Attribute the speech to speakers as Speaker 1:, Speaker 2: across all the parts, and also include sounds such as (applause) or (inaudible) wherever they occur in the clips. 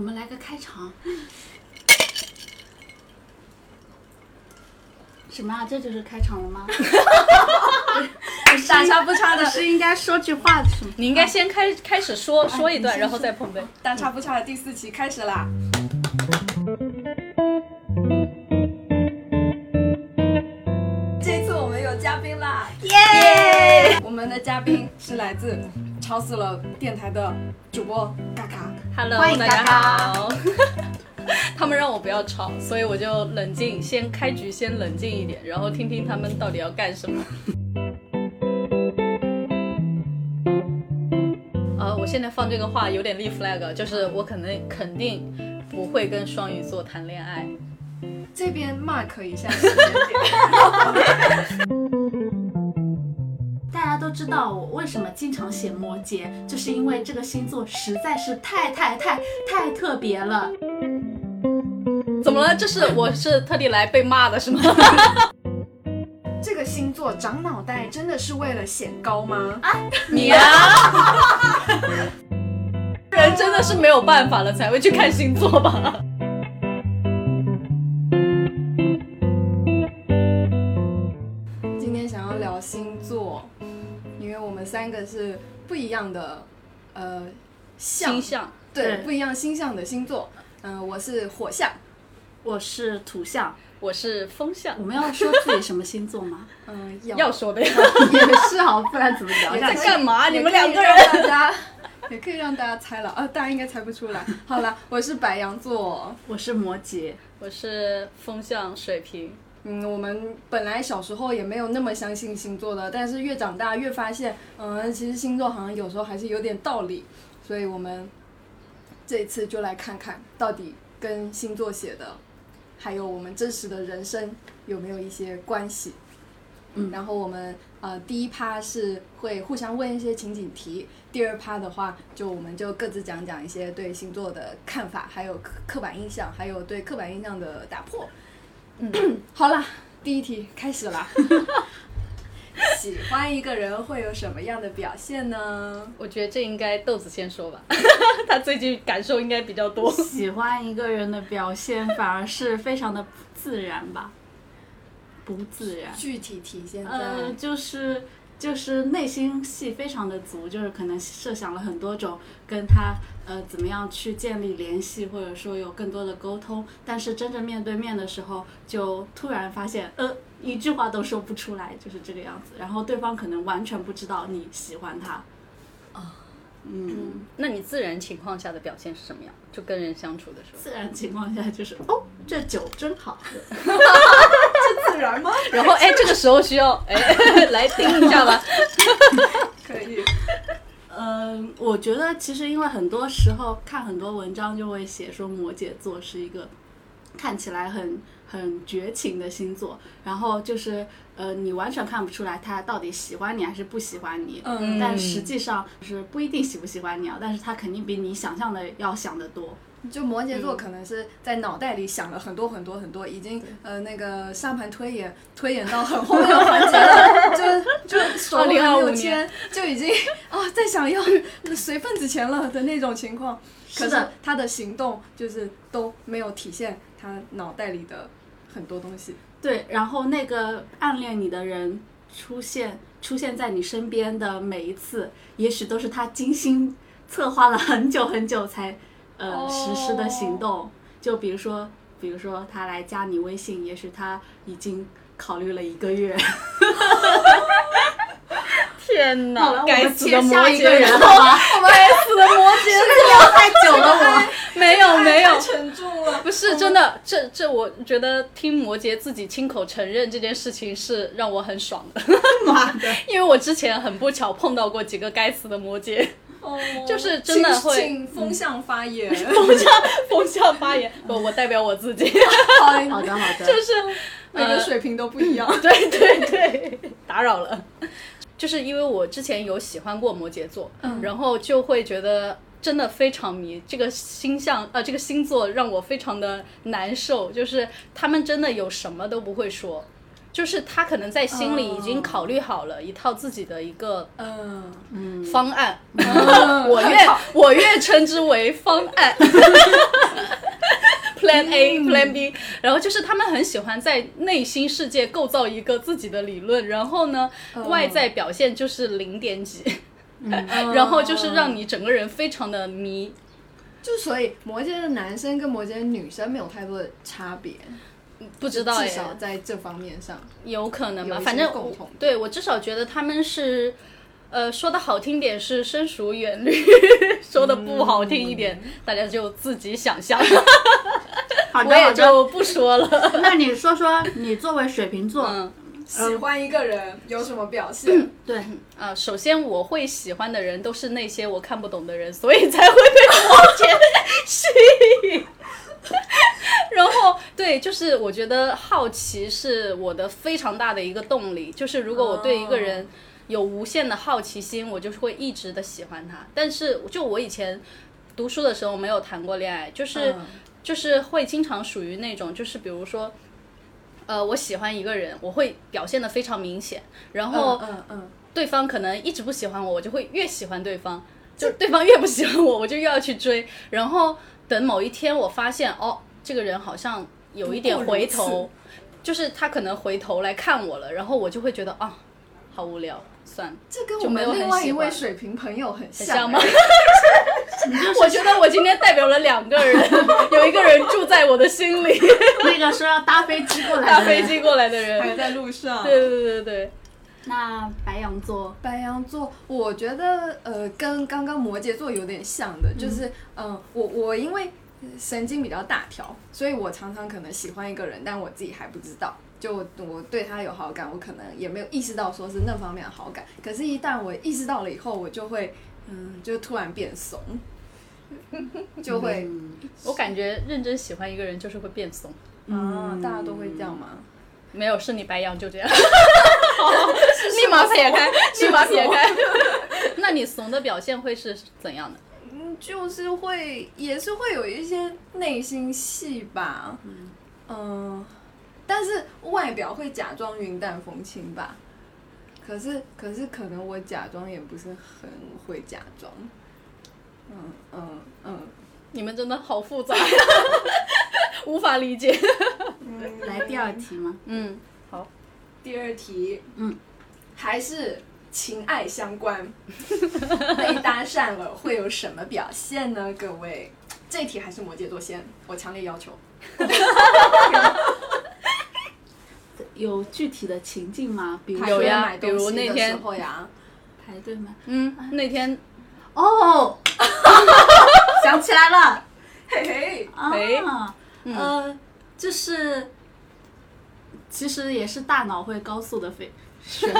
Speaker 1: 我们来个开场。什么啊？这就是开场了 (laughs) 吗？
Speaker 2: 大差不差的
Speaker 1: 我，是应该说句话什么？
Speaker 3: 你应该先开开始说说一段，然后再碰杯。
Speaker 2: 大差不差的第四期开始啦。这次我们有嘉宾啦！耶！我们的嘉宾是来自吵死了电台的主播嘎嘎。
Speaker 3: Hello，
Speaker 1: 欢迎
Speaker 3: 大
Speaker 1: 大家
Speaker 3: 家好。 (laughs) 他们让我不要吵，所以我就冷静，先开局先冷静一点，然后听听他们到底要干什么。 (laughs) 呃，我现在放这个话有点立 flag，就是我可能肯定不会跟双鱼座谈恋爱。
Speaker 2: 这边 mark 一下，
Speaker 1: 大家都知道我为什么经常写摩羯，就是因为这个星座实在是太太太太特别了。
Speaker 3: 怎么了？这是我是特地来被骂的是吗？
Speaker 2: 这个星座长脑袋真的是为了显高吗？
Speaker 3: 你呀、 (laughs) 人真的是没有办法了才会去看星座吧？
Speaker 2: 今天想要聊星座，因为我们三个是不一样的，呃，象
Speaker 3: 星象，
Speaker 2: 对
Speaker 1: 对
Speaker 2: 不一样星象的星座。嗯、我是火象，
Speaker 1: 我是土象，
Speaker 3: 我是风象
Speaker 1: 我，们要说自己什么星座 (laughs) 吗？
Speaker 2: 嗯、
Speaker 3: (laughs) 要
Speaker 2: (laughs)
Speaker 3: 说呗。
Speaker 1: 也是哈，不然怎么聊
Speaker 2: 也
Speaker 1: 下
Speaker 2: 在
Speaker 1: 去？
Speaker 3: 干嘛
Speaker 2: 也
Speaker 3: 你们两个人
Speaker 2: 可以让大家 (laughs) 也可以让大家猜了啊，大家应该猜不出来。好了，我是白羊座。
Speaker 1: 我是摩羯，
Speaker 3: 我是风象水瓶，
Speaker 2: 嗯，我们本来小时候也没有那么相信星座的，但是越长大越发现，嗯，其实星座好像有时候还是有点道理。所以我们这一次就来看看到底跟星座写的，还有我们真实的人生有没有一些关系。
Speaker 1: 嗯
Speaker 2: 然后我们呃第一趴是会互相问一些情景题，第二趴的话就我们就各自讲讲一些对星座的看法，还有刻刻板印象，还有对刻板印象的打破。嗯，好啦，第一题开始啦。喜欢一个人会有什么样的表现呢？
Speaker 3: 我觉得这应该豆子先说吧， (laughs) 他最近感受应该比较多。
Speaker 1: 喜欢一个人的表现反而是非常的自然吧，不自然。
Speaker 2: 具体体现在、
Speaker 1: 呃，就是就是内心戏非常的足，就是可能设想了很多种跟他呃怎么样去建立联系，或者说有更多的沟通，但是真正面对面的时候，就突然发现呃一句话都说不出来，就是这个样子。然后对方可能完全不知道你喜欢他。嗯，
Speaker 3: 那你自然情况下的表现是什么样？就跟人相处的时候，
Speaker 1: 自然情况下就是哦，这酒真好喝。
Speaker 2: 自然吗？
Speaker 3: (laughs) 然后哎，这个时候需要哎 (laughs) 来听一下吧。
Speaker 2: 可以。
Speaker 1: 嗯，我觉得其实因为很多时候看很多文章就会写说摩羯座是一个看起来很很绝情的星座，然后就是呃你完全看不出来他到底喜欢你还是不喜欢你，
Speaker 2: 嗯
Speaker 1: 但实际上是不一定喜不喜欢你啊，但是他肯定比你想象的要想得多。
Speaker 2: 就摩羯座可能是在脑袋里想了很多很多很多，已经呃那个沙盘推演推演到很后面的环节了，就就手里还没有
Speaker 3: 2025
Speaker 2: 签
Speaker 3: 年，
Speaker 2: 就已经啊、在想要随份子钱了的那种情况。
Speaker 1: 是
Speaker 2: 可是
Speaker 1: 的
Speaker 2: 他的行动就是都没有体现他脑袋里的很多东西。
Speaker 1: 对，然后那个暗恋你的人出现出现在你身边的每一次，也许都是他精心策划了很久很久才呃、
Speaker 2: 哦
Speaker 1: 实施的行动。就比如说，比如说他来加你微信，也许他已经考虑了一个月。
Speaker 3: 天
Speaker 1: 好了，
Speaker 3: 哪，
Speaker 1: 我
Speaker 3: 该
Speaker 1: 们
Speaker 3: 死
Speaker 1: 切
Speaker 3: 的摩
Speaker 1: 下一
Speaker 3: 羯
Speaker 1: 个人
Speaker 3: 人，
Speaker 1: 好 (laughs) 吧？
Speaker 3: 该死的摩 (laughs) 羯
Speaker 1: 聊太久了，我
Speaker 3: 座，没有哦没有
Speaker 2: 哎太。沉重了。
Speaker 3: 不是真的，这这我觉得听摩羯自己亲口承认这件事情是让我很爽的，
Speaker 1: (laughs)
Speaker 3: (laughs)
Speaker 1: 妈的，
Speaker 3: 因为我之前很不巧碰到过几个该死的摩羯，
Speaker 2: 哦
Speaker 3: 就是真的会
Speaker 2: 请请风向
Speaker 3: (laughs)
Speaker 2: 发言。
Speaker 3: 风向发言，不，我代表我自己， (laughs)
Speaker 1: 好的好的，
Speaker 3: 就是
Speaker 2: 每
Speaker 3: 呃
Speaker 2: 个水平都不
Speaker 3: (laughs)
Speaker 2: 一样。
Speaker 3: 对对对，打扰了。就是因为我之前有喜欢过摩羯座，然后就会觉得真的非常迷这个星象，呃，这个星座让我非常的难受，就是他们真的有什么都不会说。就是他可能在心里已经考虑好了一套自己的一个
Speaker 2: 嗯，
Speaker 3: 方案，我
Speaker 2: 我 (laughs)
Speaker 3: 愿我愿称之为方案。Plan A、Plan
Speaker 2: 嗯
Speaker 3: B，然后就是他们很喜欢在内心世界构造一个自己的理论，然后呢，
Speaker 2: 嗯
Speaker 3: 外在表现就是零点几，
Speaker 2: 嗯
Speaker 3: 然后就是让你整个人非常的迷。
Speaker 2: 就所以摩羯的男生跟摩羯的女生没有太多的差别，
Speaker 3: 不知道
Speaker 2: 至
Speaker 3: 哎，
Speaker 2: 少在这方面上，
Speaker 3: 有可能
Speaker 2: 有
Speaker 3: 吧，
Speaker 2: 一
Speaker 3: 反
Speaker 2: 些
Speaker 3: 正
Speaker 2: 共
Speaker 3: 我
Speaker 2: 同
Speaker 3: 对我至少觉得他们是，呃，说的好听点是身熟远虑，
Speaker 2: 嗯
Speaker 3: (laughs) 说的不好听一点，大家就自己想象，
Speaker 1: 好
Speaker 3: 我
Speaker 1: 的好
Speaker 3: 也
Speaker 1: 的，
Speaker 3: 就不说了。
Speaker 1: 那你说说你作为水瓶座，
Speaker 3: 嗯
Speaker 2: 喜欢一个人有什么表现？
Speaker 1: 对，
Speaker 3: 啊、首先我会喜欢的人都是那些我看不懂的人，所以才会被摩羯 (laughs) 吸引。 (laughs) 然后，对，就是我觉得好奇是我的非常大的一个动力。就是如果我对一个人有无限的好奇心，我就是会一直的喜欢他。但是，就我以前读书的时候没有谈过恋爱，就是、
Speaker 2: 嗯
Speaker 3: 就是会经常属于那种，就是比如说，呃，我喜欢一个人，我会表现的非常明显，然后。
Speaker 2: 嗯嗯，
Speaker 3: 对方可能一直不喜欢我，我就会越喜欢对方，就对方越不喜欢我，我就越要去追。然后等某一天我发现，哦，这个人好像有一点回
Speaker 2: 不过如
Speaker 3: 头，就是他可能回头来看我了，然后我就会觉得啊，好无聊，算了，
Speaker 2: 这跟
Speaker 3: 就
Speaker 2: 我
Speaker 3: 没有
Speaker 2: 们
Speaker 3: 很
Speaker 2: 另外
Speaker 3: 喜
Speaker 2: 一位
Speaker 3: 欢
Speaker 2: 水瓶朋友很
Speaker 3: 很
Speaker 2: 像
Speaker 3: 像吗
Speaker 2: 哎？？
Speaker 3: (laughs) 我觉得我今天代表了两个人，有一个人住在我的心
Speaker 2: (laughs)
Speaker 3: 里，
Speaker 1: 那个说要搭飞机过来的
Speaker 3: 搭
Speaker 1: 人
Speaker 3: 飞。机过来的
Speaker 2: 哎还
Speaker 3: 人。
Speaker 2: 在
Speaker 3: (laughs)
Speaker 2: 路上。
Speaker 3: 对对对对对，
Speaker 1: 那白羊座，
Speaker 2: 白羊座，我觉得呃，跟刚刚摩羯座有点像的，就是嗯、呃我我因为神经比较大条，所以我常常可能喜欢一个人，但我自己还不知道，就我我对他有好感，我可能也没有意识到说是那方面的好感，可是，一旦我意识到了以后，我就会嗯，就突然变怂，就会
Speaker 3: 我感觉认真喜欢一个人就是会变怂。
Speaker 2: 啊，大家都会这样吗？
Speaker 3: 没有，是你白羊就
Speaker 1: (laughs)
Speaker 3: 这样，
Speaker 1: 哦
Speaker 3: 立马撇开，立马撇开。 (laughs) 那你怂的表现会是怎样的？
Speaker 2: 嗯，就是会，也是会有一些内心戏吧，嗯、但是外表会假装云淡风轻吧。可是，可是可能我假装也不是很会假装，嗯嗯嗯，
Speaker 3: 你们真的好复
Speaker 1: (laughs)
Speaker 3: 杂，无法理解。
Speaker 1: 来第二题吗？
Speaker 3: 嗯，好，
Speaker 2: 嗯第二题，
Speaker 1: 嗯，
Speaker 2: 还是情爱相 (laughs) 关，被搭讪了会有什么表现呢？各位，这题还是摩羯座先，我强烈要求。
Speaker 1: 有具体的情境吗？比如
Speaker 2: 排
Speaker 3: 有
Speaker 2: 队
Speaker 3: 呀
Speaker 2: 买
Speaker 3: 比
Speaker 2: 东
Speaker 3: 如
Speaker 2: 西
Speaker 3: 那
Speaker 2: 的
Speaker 3: 天
Speaker 2: 时候呀，
Speaker 1: 排队吗？
Speaker 3: 嗯，那天，
Speaker 1: 哦， (laughs) 想起来了
Speaker 2: (laughs) 嘿嘿，
Speaker 1: 啊，
Speaker 3: 哎
Speaker 1: 呃，就是其实也是大脑会高速的飞旋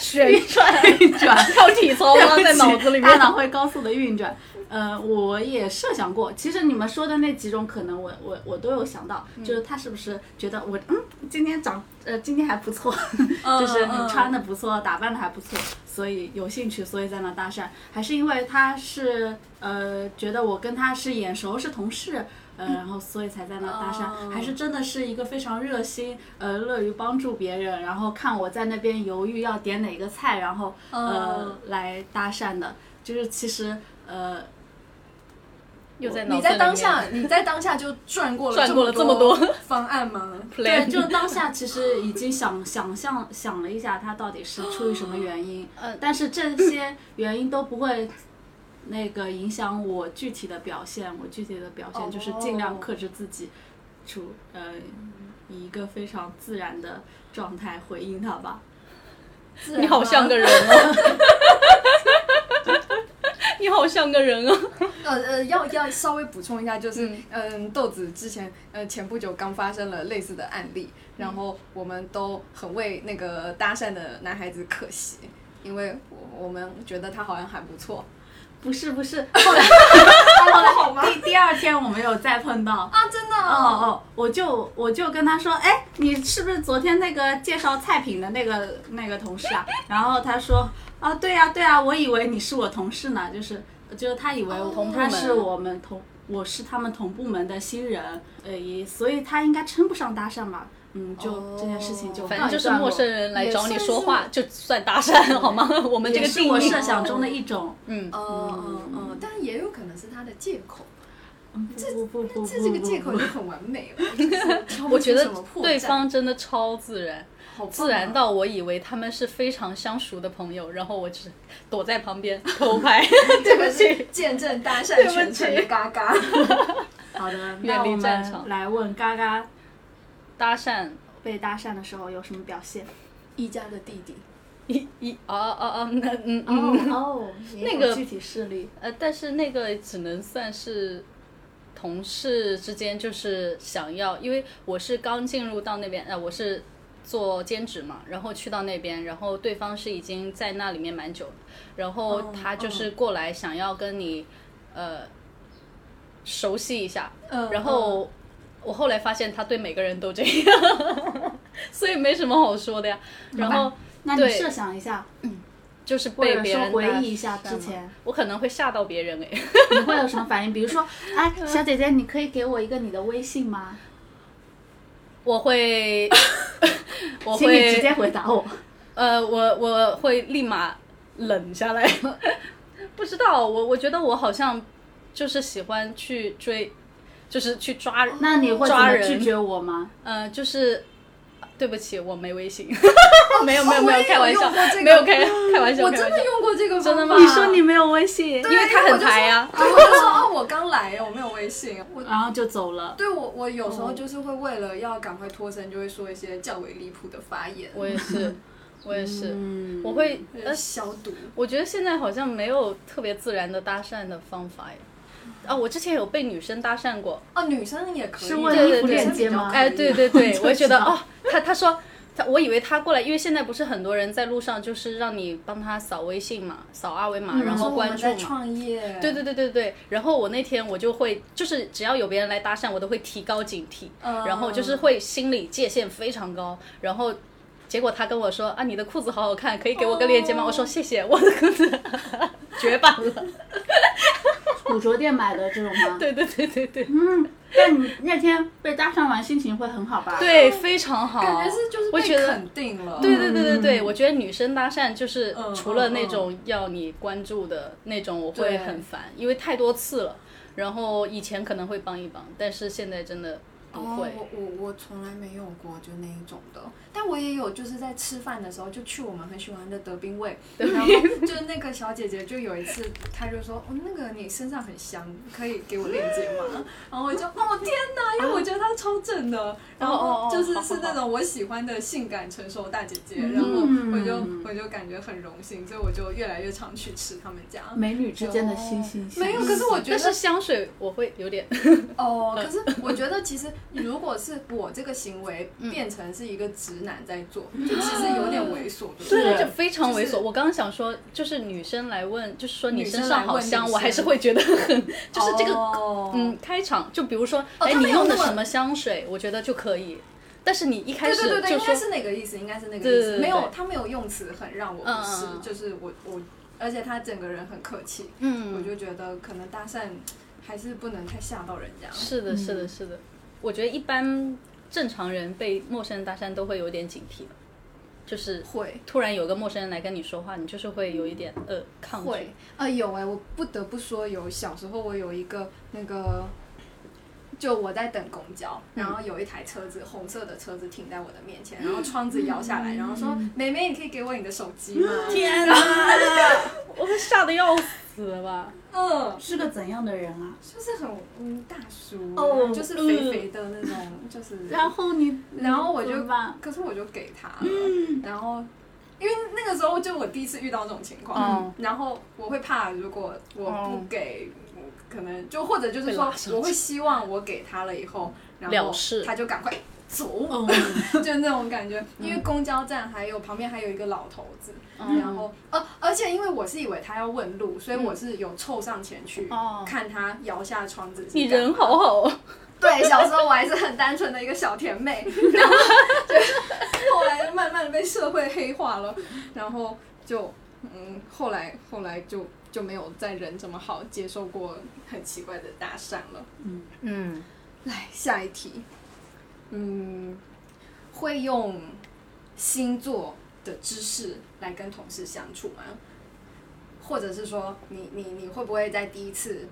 Speaker 3: 旋转
Speaker 1: 运转，
Speaker 3: (laughs) 跳体操
Speaker 1: 对
Speaker 3: 吗？
Speaker 1: 不
Speaker 3: 在
Speaker 1: 起
Speaker 3: 脑子里
Speaker 1: 大
Speaker 3: 面。
Speaker 1: 脑会高速的运转。呃，我也设想过，其实你们说的那几种可能我，我我都有想到，
Speaker 3: 嗯
Speaker 1: 就是他是不是觉得我嗯今天长呃今天还不错， (laughs) 就是
Speaker 2: 嗯
Speaker 1: 穿的不错，打扮的还不错，所以有兴趣，所以在那搭讪，还是因为他是呃觉得我跟他是眼熟是同事。呃，然后所以才在那搭讪，
Speaker 2: 哦
Speaker 1: 还是真的是一个非常热心，呃，乐于帮助别人，然后看我在那边犹豫要点哪个菜，然后呃
Speaker 2: 嗯
Speaker 1: 来搭讪的，就是其实
Speaker 2: (laughs)
Speaker 1: 呃
Speaker 3: 又在脑子里面
Speaker 2: 你在当下，你在当下就转过了
Speaker 3: 转过了
Speaker 2: 这
Speaker 3: 这么多
Speaker 2: 方案吗？
Speaker 3: (laughs)
Speaker 1: 对，
Speaker 3: plan，
Speaker 1: 就当下其实已经想 (laughs) 想象想了一下，他到底是出于什么原因，
Speaker 3: 嗯
Speaker 1: 但是这些原因都不会。那个影响我具体的表现，我具体的表现就是尽
Speaker 2: 哦
Speaker 1: 量克制自己，处呃以一个非常自然的状态回应他吧。
Speaker 2: 自
Speaker 1: 啊
Speaker 2: 然
Speaker 3: 你好
Speaker 2: 吗
Speaker 3: 像个
Speaker 1: (laughs)
Speaker 3: 人哦，你好像个人哦。
Speaker 2: 呃呃，要要稍微补充一下，就是嗯、豆子之前呃前不久刚发生了类似的案例，
Speaker 3: 嗯
Speaker 2: 然后我们都很为那个搭讪的男孩子可惜，因为我我们觉得他好像还不错。
Speaker 1: 不是不是，后
Speaker 2: (laughs)
Speaker 1: 来后来
Speaker 2: 好吗
Speaker 1: 第第二天我没有再碰到，
Speaker 2: 啊，真的
Speaker 1: 哦哦，我就我就跟他说，哎，你是不是昨天那个介绍菜品的那个那个同事啊？ (laughs) 然后他说，啊，对呀、对呀、我以为你是我同事呢，就是就是他以为我
Speaker 3: 同部
Speaker 1: 他
Speaker 3: 门
Speaker 1: 是我们同我是他们同部门的新人，呃，也所以他应该称不上搭讪吧。嗯，就、
Speaker 2: 哦
Speaker 1: 这件事情就
Speaker 3: 反正就是
Speaker 1: 告一段落
Speaker 3: 陌生人来
Speaker 2: 也
Speaker 3: 找你
Speaker 2: 算
Speaker 3: 说
Speaker 2: 是
Speaker 3: 话，就算搭讪好吗？我们这
Speaker 1: 也
Speaker 3: 个
Speaker 1: 是
Speaker 3: 定
Speaker 1: 我
Speaker 3: 义
Speaker 1: 设想中的一种。
Speaker 2: 哦哦哦，但也有可能是他的借口，
Speaker 1: 这嗯不不不不，
Speaker 2: 这这个借口
Speaker 1: 不
Speaker 2: 就很完美了，
Speaker 3: (laughs)
Speaker 2: 就是挑不
Speaker 3: 我觉
Speaker 2: 出什
Speaker 3: 得
Speaker 2: 么破绽
Speaker 3: 对方真的超自然，
Speaker 2: 好棒啊
Speaker 3: 自然到我以为他们是非常相熟的朋友，然后我只躲在旁边偷
Speaker 2: (laughs)
Speaker 3: 拍。
Speaker 2: (laughs)
Speaker 3: (laughs)
Speaker 2: 这个是见证搭讪全程的嘎 (laughs) 嘎。
Speaker 1: 好的，
Speaker 3: 远
Speaker 1: 那
Speaker 3: 离
Speaker 1: 我
Speaker 3: 战
Speaker 1: 们
Speaker 3: 场
Speaker 1: 来问嘎嘎
Speaker 3: 搭讪
Speaker 1: 被搭讪的时候有什么表现？
Speaker 2: 一家的弟弟，
Speaker 3: 一一啊啊啊，那嗯
Speaker 1: 哦 (laughs)
Speaker 3: 嗯，
Speaker 1: 哦，
Speaker 3: 那
Speaker 1: 那
Speaker 3: 个
Speaker 1: 个具体事例，
Speaker 3: 呃，但是那个只能算是同事之间，就是想要，因为我是刚进入到那边，呃，我是做兼职嘛，然后去到那边，然后对方是已经在那里面蛮久了，然后
Speaker 2: 哦
Speaker 3: 他就是过来想要跟你，呃，熟悉一下，
Speaker 2: 嗯
Speaker 3: 然后我后来发现他对每个人都这样， (laughs) 所以没什么好说的呀。然后
Speaker 1: 那你
Speaker 3: 对
Speaker 1: 设想一下，
Speaker 3: 就是
Speaker 1: 或
Speaker 3: 被
Speaker 1: 者
Speaker 3: 别
Speaker 1: 说
Speaker 3: 人
Speaker 1: 回
Speaker 3: 搭
Speaker 1: 忆一下之
Speaker 3: 讪嘛
Speaker 1: 前，
Speaker 3: 我可能会吓到别人哎。
Speaker 1: 你会有什么反应？比如说，哎，小姐姐，你可以给我一个你的微信吗？
Speaker 3: 我
Speaker 2: (laughs)
Speaker 3: 会，我
Speaker 1: 请你直
Speaker 3: 会，
Speaker 1: 接回答我。
Speaker 3: 呃，我我会立马冷下来。 (laughs) 不知道，我我觉得我好像就是喜欢去追，就是去抓，
Speaker 1: 那你会怎
Speaker 3: 抓
Speaker 1: 么
Speaker 3: 人
Speaker 1: 拒绝我吗？
Speaker 3: 呃，就是对不起，我没微信， (laughs) 没有没有没
Speaker 2: 我也
Speaker 3: 有
Speaker 2: 有
Speaker 3: 开玩笑
Speaker 2: 用过这，个嗯
Speaker 3: 没有开开玩笑，
Speaker 2: 我
Speaker 3: 开
Speaker 2: 真
Speaker 3: 玩
Speaker 2: 的
Speaker 3: 笑，
Speaker 2: 用过这个
Speaker 3: 真的吗
Speaker 2: 方法
Speaker 3: 你说你
Speaker 1: 没有微信
Speaker 2: 对
Speaker 3: 因为他很啊抬呀、
Speaker 2: 我就说哦，我刚来，我没有微信，我
Speaker 3: 啊
Speaker 1: 然后就走了。
Speaker 2: 对我，我有
Speaker 3: 哦
Speaker 2: 时候就是会为了要赶快脱身，就会说一些较为离谱的发言，
Speaker 3: 我也是，我也是，
Speaker 1: 嗯
Speaker 3: 我会呃
Speaker 2: 呃，消毒。
Speaker 3: 我觉得现在好像没有特别自然的搭讪的方法耶。啊，我之前有被女生搭讪过，
Speaker 2: 哦，女生也可以，
Speaker 1: 是问
Speaker 2: 对
Speaker 3: 衣服
Speaker 2: 啊对对
Speaker 3: 链
Speaker 1: 接吗
Speaker 3: 哎，对，对对，我也觉得
Speaker 1: 知道
Speaker 3: 哦，他他说他，我以为他过来，因为现在不是很多人在路上就是让你帮他扫微信嘛，扫二维码，然后关注
Speaker 2: 在
Speaker 3: 嘛。
Speaker 2: 创业，
Speaker 3: 对对对对对，然后我那天我就会，就是只要有别人来搭讪，我都会提高警惕，
Speaker 2: 嗯
Speaker 3: 然后就是会心理界限非常高，然后结果他跟我说啊，你的裤子好好看，可以给我个链接吗？我说谢谢，我的裤子 (laughs) 绝版了。
Speaker 1: 古着店买的这种吗？
Speaker 3: (laughs) 对对对对对
Speaker 1: 嗯，但你那天被搭讪完，心情会很好吧？，
Speaker 3: 对，非常好，
Speaker 2: 感觉是就是
Speaker 3: 我觉
Speaker 2: 被
Speaker 3: 得
Speaker 2: 肯定了，
Speaker 3: 对对对对对，我觉得女生搭讪就是
Speaker 2: 嗯
Speaker 3: 除了那
Speaker 2: 嗯
Speaker 3: 种要你关注的那种，我会
Speaker 2: 对
Speaker 3: 很烦，因为太多次了。然后以前可能会帮一帮，但是现在真的不
Speaker 2: 哦，
Speaker 3: 会。
Speaker 2: 我我我从来没有过就那一种的，但我也有就是在吃饭的时候就去我们很喜欢的德宾味，然后就是那个小姐姐就有一次她就说，哦那个你身上很香，可以给我链接吗？ (laughs) 然后我就哦天哪，因为我觉得她超正的，然
Speaker 3: 哦哦哦
Speaker 2: 后就是
Speaker 3: 好
Speaker 2: 是
Speaker 3: 好
Speaker 2: 那
Speaker 3: 好
Speaker 2: 种我喜欢的性感成熟大姐姐，
Speaker 1: 嗯
Speaker 2: 然后我就
Speaker 3: 嗯
Speaker 2: 我就感觉很荣幸，所以我就越来越常去吃他们家。
Speaker 1: 美女之间的惺惺相惜。
Speaker 2: 没有，可是我觉
Speaker 3: 但
Speaker 2: 得
Speaker 3: 是香水我会有点，
Speaker 2: 哦，可是
Speaker 3: (laughs)
Speaker 2: 我觉得其实如果是我这个行为
Speaker 3: 嗯
Speaker 2: 变成是一个直男在做，就其实有点猥琐的。
Speaker 1: 对
Speaker 3: (laughs) 就非常猥
Speaker 2: 就是
Speaker 3: 琐。我刚刚想说，就是女生来问，就是说你
Speaker 2: 女生
Speaker 3: 身上
Speaker 2: 来
Speaker 3: 好
Speaker 2: 问女
Speaker 3: 香，我还是
Speaker 2: 生
Speaker 3: 会觉得很，就是这个
Speaker 2: 哦
Speaker 3: 嗯，开场就比如说，
Speaker 2: 哦
Speaker 3: 哎，
Speaker 2: 他
Speaker 3: 你
Speaker 2: 没有
Speaker 3: 用的
Speaker 2: 那么
Speaker 3: 什么香水，我觉得就可以。但是你一开
Speaker 2: 对
Speaker 3: 始
Speaker 2: 对对
Speaker 3: 就
Speaker 2: 对，应该
Speaker 3: 说
Speaker 2: 是那个意思，应该是那个
Speaker 3: 对
Speaker 2: 意
Speaker 3: 对
Speaker 2: 思。
Speaker 3: 对
Speaker 2: 没有
Speaker 3: 对，
Speaker 2: 他没有用词很让我
Speaker 3: 嗯
Speaker 2: 不
Speaker 3: 嗯
Speaker 2: 适，
Speaker 3: 嗯
Speaker 2: 就是我我，而且他整个人很客气，我
Speaker 3: 嗯，
Speaker 2: 就觉得可能搭讪还是不能太吓到人家。
Speaker 3: 是的，是的，是的。我觉得一般正常人被陌生人搭讪都会有点警惕吧，就是
Speaker 2: 会
Speaker 3: 突然有个陌生人来跟你说话，你就是会有一点呃抗拒
Speaker 2: 会。啊、有哎、我不得不说有小时候我有一个那个，就我在等公交，然
Speaker 1: 嗯
Speaker 2: 后有一台车子红色的车子停在我的面前，然后窗子摇下来，然后说：“妹妹，你可以给我你的手机吗
Speaker 1: 嗯天哪，
Speaker 3: 我会吓得要死了
Speaker 2: (laughs)
Speaker 3: 吧？？”
Speaker 2: 嗯，
Speaker 1: 是个怎样的人啊？
Speaker 2: 就是很嗯大叔，
Speaker 1: 哦嗯
Speaker 2: 就是肥肥的那种，就是。
Speaker 1: 然后你，
Speaker 2: 然后我就
Speaker 1: 怎么办？
Speaker 2: 可是我就给他了，
Speaker 3: 嗯
Speaker 2: 然后因为那个时候就我第一次遇到这种情况，
Speaker 3: 嗯
Speaker 2: 然后我会怕，如果我不
Speaker 3: 嗯
Speaker 2: 给，可能就或者就是
Speaker 3: 被
Speaker 2: 说
Speaker 3: 拉上，去
Speaker 2: 我会希望我给他了以后，然
Speaker 3: 了
Speaker 2: 后
Speaker 3: 事
Speaker 2: 他就赶快走，
Speaker 1: 哦，
Speaker 2: (laughs) 就那种感觉。因为公交站还有旁边还有一个老头子，
Speaker 3: 嗯
Speaker 2: 然后呃，而且因为我是以为他要问路，所以我是有凑上前去
Speaker 3: 哦
Speaker 2: 看他摇下窗子是
Speaker 3: 你
Speaker 2: 干嘛
Speaker 3: 人好好哦，
Speaker 2: 对，小时候我还是很单纯的一个小甜妹，然后就后来慢慢的被社会黑化了，然后就嗯，后来后来就就没有在人这么好接受过很奇怪的搭讪了。
Speaker 3: 嗯，
Speaker 2: (laughs) 来下一题，嗯，会用星座的知识来跟同事相处吗？或者是说你，你你会不会在第一次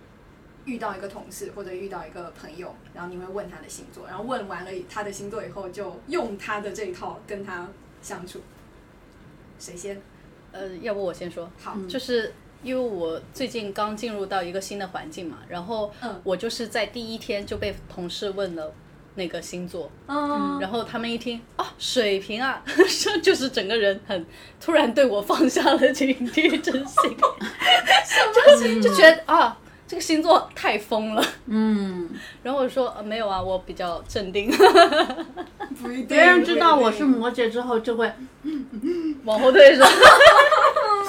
Speaker 2: 遇到一个同事或者遇到一个朋友，然后你会问他的星座，然后问完了他的星座以后，就用他的这一套跟他相处？谁先？
Speaker 3: 呃，要不我先说，
Speaker 2: 好，
Speaker 3: 就是因为我最近刚进入到一个新的环境嘛，然后
Speaker 2: 嗯
Speaker 3: 我就是在第一天就被同事问了那个星座，
Speaker 2: 嗯，
Speaker 3: 然后他们一听啊，水瓶啊， (laughs) 说就是整个人很突然对我放下了警惕之心，就是就觉得啊，这个星座太疯了。
Speaker 1: 嗯，
Speaker 3: 然后我说、呃、没有啊，我比较镇定。 (laughs)
Speaker 2: 不一定
Speaker 1: 别人知道我是
Speaker 2: 不一定
Speaker 1: 摩羯之后，就会
Speaker 3: 往后退是吧？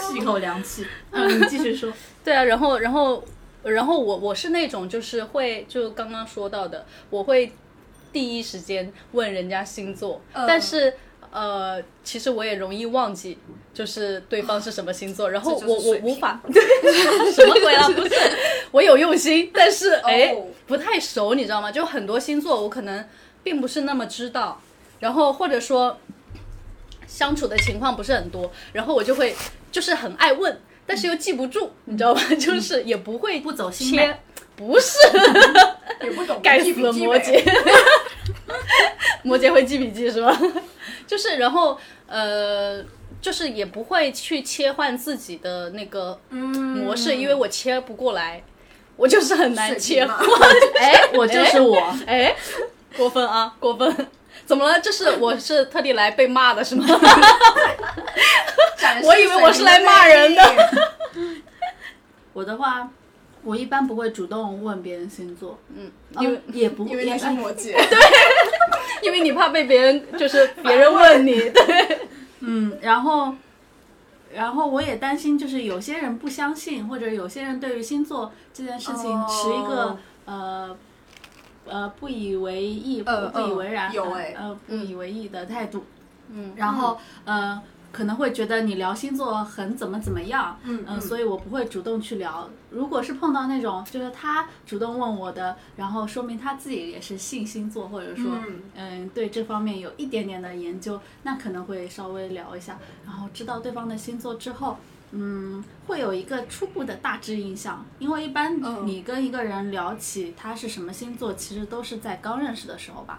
Speaker 1: 吸口凉气。嗯，你继续说。
Speaker 3: 对啊，然后然后然后我我是那种就是会就刚刚说到的，我会第一时间问人家星座，
Speaker 2: 嗯
Speaker 3: 但是。呃，其实我也容易忘记，就是对方是什么星座，然后
Speaker 2: 这就是
Speaker 3: 我我
Speaker 2: 水
Speaker 3: 无
Speaker 2: 平 (laughs)
Speaker 3: 法，什么鬼啊？不是，我有用心，但是哎
Speaker 2: 哦
Speaker 3: 不太熟，你知道吗？就很多星座我可能并不是那么知道，然后或者说相处的情况不是很多，然后我就会就是很爱问，但是又记不住，你知道吧？就是也不会
Speaker 1: 不走心
Speaker 3: 切
Speaker 1: 呗，
Speaker 3: 不是
Speaker 2: 也不懂
Speaker 3: 该
Speaker 2: 记
Speaker 3: 死
Speaker 2: 不
Speaker 3: 的
Speaker 2: 记
Speaker 3: 摩
Speaker 2: 呗
Speaker 3: 羯， (laughs) 摩羯会记笔记是吧？就是然后呃，就是也不会去切换自己的那个模式，因为我切不过来，我就是很难
Speaker 2: 水
Speaker 3: 切
Speaker 2: 平
Speaker 3: 换
Speaker 2: 嘛。
Speaker 1: 哎，我就是我。
Speaker 3: 哎，过分啊，过分！怎么了？这是我是特地来被骂的，是吗？ (laughs)
Speaker 2: 展示
Speaker 3: 我以为我是来骂人的
Speaker 2: 水平魅力。
Speaker 1: 我的话，我一般不会主动问别人星座，嗯，
Speaker 3: 因为
Speaker 1: 也不
Speaker 2: 哦因为
Speaker 1: 也
Speaker 2: 你是摩
Speaker 3: (laughs)
Speaker 2: 羯，
Speaker 3: 因为你怕被别人，就是别人问你，对，
Speaker 1: 嗯，然后，然后我也担心，就是有些人不相信，或者有些人对于星座这件事情
Speaker 2: 哦
Speaker 1: 持一个、呃呃不以为意、
Speaker 2: 呃
Speaker 1: 不以为然，
Speaker 2: 嗯有哎
Speaker 1: 呃不以为意的态度，
Speaker 3: 嗯，
Speaker 1: 然后呃可能会觉得你聊星座很怎么怎么样，
Speaker 2: 嗯
Speaker 1: 嗯，所以我不会主动去聊。如果是碰到那种就是他主动问我的，然后说明他自己也是信星座，或者说
Speaker 2: 嗯
Speaker 1: 嗯对这方面有一点点的研究，那可能会稍微聊一下，然后知道对方的星座之后。嗯，会有一个初步的大致印象，因为一般
Speaker 2: 嗯
Speaker 1: 你跟一个人聊起他是什么星座，其实都是在刚认识的时候吧。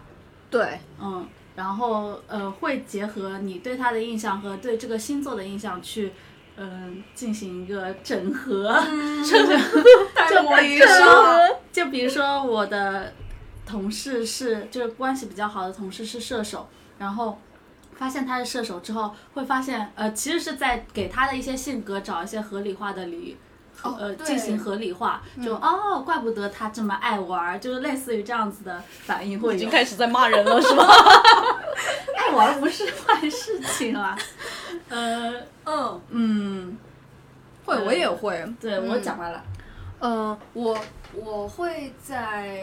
Speaker 2: 对，
Speaker 1: 嗯，然后呃，会结合你对他的印象和对这个星座的印象去，嗯、进行一个整合。
Speaker 2: 嗯就摩
Speaker 1: 比
Speaker 2: 羯
Speaker 1: 如
Speaker 2: 说，
Speaker 1: 说， (laughs) 就比如说我的同事是，就是关系比较好的同事是射手，然后发现他是射手之后，会发现呃，其实是在给他的一些性格找一些合理化的理。
Speaker 2: 哦
Speaker 1: 呃，
Speaker 2: 对
Speaker 1: 进行合理化，就哦，怪不得他这么爱玩儿，就是类似于这样子的反应会
Speaker 3: 已经
Speaker 1: 有。
Speaker 3: 开始在骂人了，是
Speaker 2: (laughs)
Speaker 3: 吧？
Speaker 1: 爱玩儿不是坏事情 (laughs) 啊，呃，
Speaker 2: 嗯，
Speaker 1: 嗯，
Speaker 2: 会，我也会，
Speaker 1: 对我讲完了，
Speaker 2: 嗯，我我会在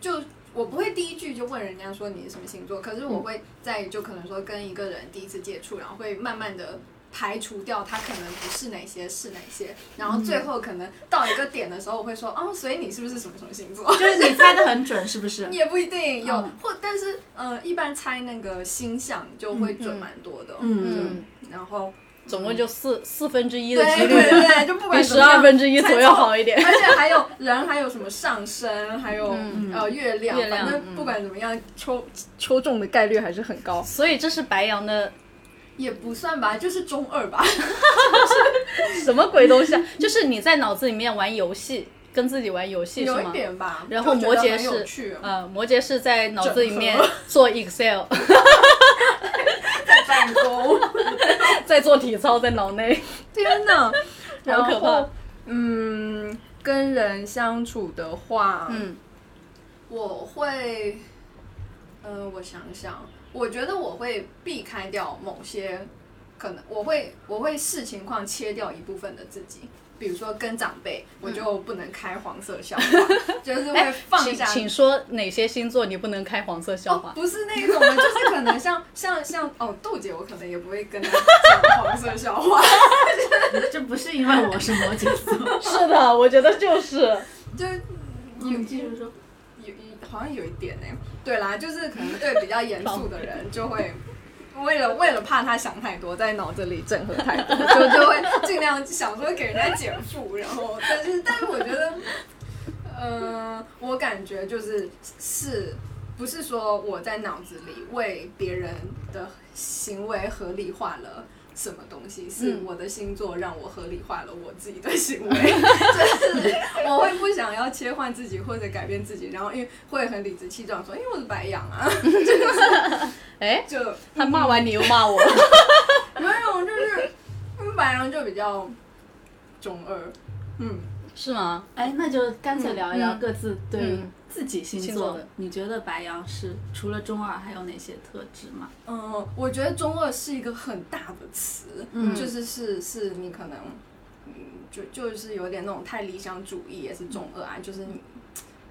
Speaker 2: 就。我不会第一句就问人家说你是什么星座，可是
Speaker 1: 嗯
Speaker 2: 我会在就可能说跟一个人第一次接触，然后会慢慢的排除掉他可能不是哪些是哪些，然后
Speaker 1: 嗯
Speaker 2: 最后可能到一个点的时候，我会说哦，所以你是不是什么什么星座？
Speaker 1: 就是你猜的很准，是不是？
Speaker 2: (laughs) 也不一定有
Speaker 1: 嗯，
Speaker 2: 或但是呃，一般猜那个星象就会
Speaker 3: 嗯
Speaker 2: 准蛮多的，
Speaker 1: 嗯，
Speaker 2: 然后
Speaker 3: 总共就四四分之一的
Speaker 2: 对
Speaker 3: 几
Speaker 2: 对
Speaker 3: 率，
Speaker 2: 对，就不管
Speaker 3: 比
Speaker 2: 怎
Speaker 3: 十
Speaker 2: 么样
Speaker 3: 二分之一左右好一点。
Speaker 2: (laughs) 而且还有人，还有什么上升，还有、
Speaker 3: 嗯
Speaker 2: 呃月亮，
Speaker 3: 月亮
Speaker 2: 反
Speaker 3: 嗯
Speaker 2: 正不管怎么样，抽抽中的概率还是很高，
Speaker 3: 所以这是白羊的
Speaker 2: 也不算吧， (laughs) 就是中二吧。
Speaker 3: 什么鬼东西啊？就是你在脑子里面玩游戏，跟自己玩游戏是
Speaker 2: 有
Speaker 3: 吗？
Speaker 2: 一点吧。
Speaker 3: 然后
Speaker 2: 就觉
Speaker 3: 摩
Speaker 2: 得
Speaker 3: 羯
Speaker 2: 很有
Speaker 3: 是
Speaker 2: 趣，啊 (laughs)
Speaker 3: 呃，摩羯是在脑子里面
Speaker 2: 整合
Speaker 3: (laughs) 做 Excel，
Speaker 2: 办公，
Speaker 3: 在做体操，在脑内，
Speaker 2: (laughs) 天哪，
Speaker 3: 好可怕
Speaker 2: 然后。嗯，跟人相处的话，
Speaker 3: 嗯，
Speaker 2: 我会，呃，我想想，我觉得我会避开掉某些，可能我会我会视情况切掉一部分的自己，比如说跟长辈，
Speaker 3: 嗯
Speaker 2: 我就不能开黄色笑
Speaker 3: (laughs)
Speaker 2: 话，就是会放
Speaker 3: 哎请
Speaker 2: 下
Speaker 3: 请说哪些星座你不能开黄色笑
Speaker 2: 哦，
Speaker 3: 话？
Speaker 2: 不是那种的，就是可能像像像哦，豆姐，我可能也不会跟她讲黄色笑话， (laughs)
Speaker 1: 这不是因为我是摩羯
Speaker 2: 哦
Speaker 1: 座。
Speaker 3: 是的，我觉得就是。
Speaker 2: 就是有
Speaker 1: (laughs) 你继续说。
Speaker 2: 有有好像有一点呢、对啦，就是可能对比较严肃的人就会。为了为了怕他想太多，在脑子里整合太多，就就会尽量想说给人家减负，然后但是但是我觉得，呃，我感觉就是是不是说我在脑子里为别人的行为合理化了什么东西，是
Speaker 3: 嗯
Speaker 2: 我的星座让我合理化了我自己的行为，就是 (laughs) 我会不想要切换自己或者改变自己，然后因为会很理直气壮说，因为我是白羊啊，
Speaker 3: (laughs) 哎，
Speaker 2: 就
Speaker 3: 他骂完你又骂我，
Speaker 2: (laughs) 没有就是嗯白羊就比较中二，嗯，
Speaker 3: 是吗？
Speaker 1: 哎，那就干脆聊一聊各自对
Speaker 3: 嗯
Speaker 1: 自己星
Speaker 3: 星
Speaker 1: 座
Speaker 3: 座
Speaker 1: 的
Speaker 3: 的。
Speaker 1: 你觉得白羊是除了中二还有哪些特质吗？
Speaker 2: 嗯，我觉得中二是一个很大的词，
Speaker 1: 嗯
Speaker 2: 就是是是你可能，嗯，就就是有点那种太理想主义，也是中二啊，就是你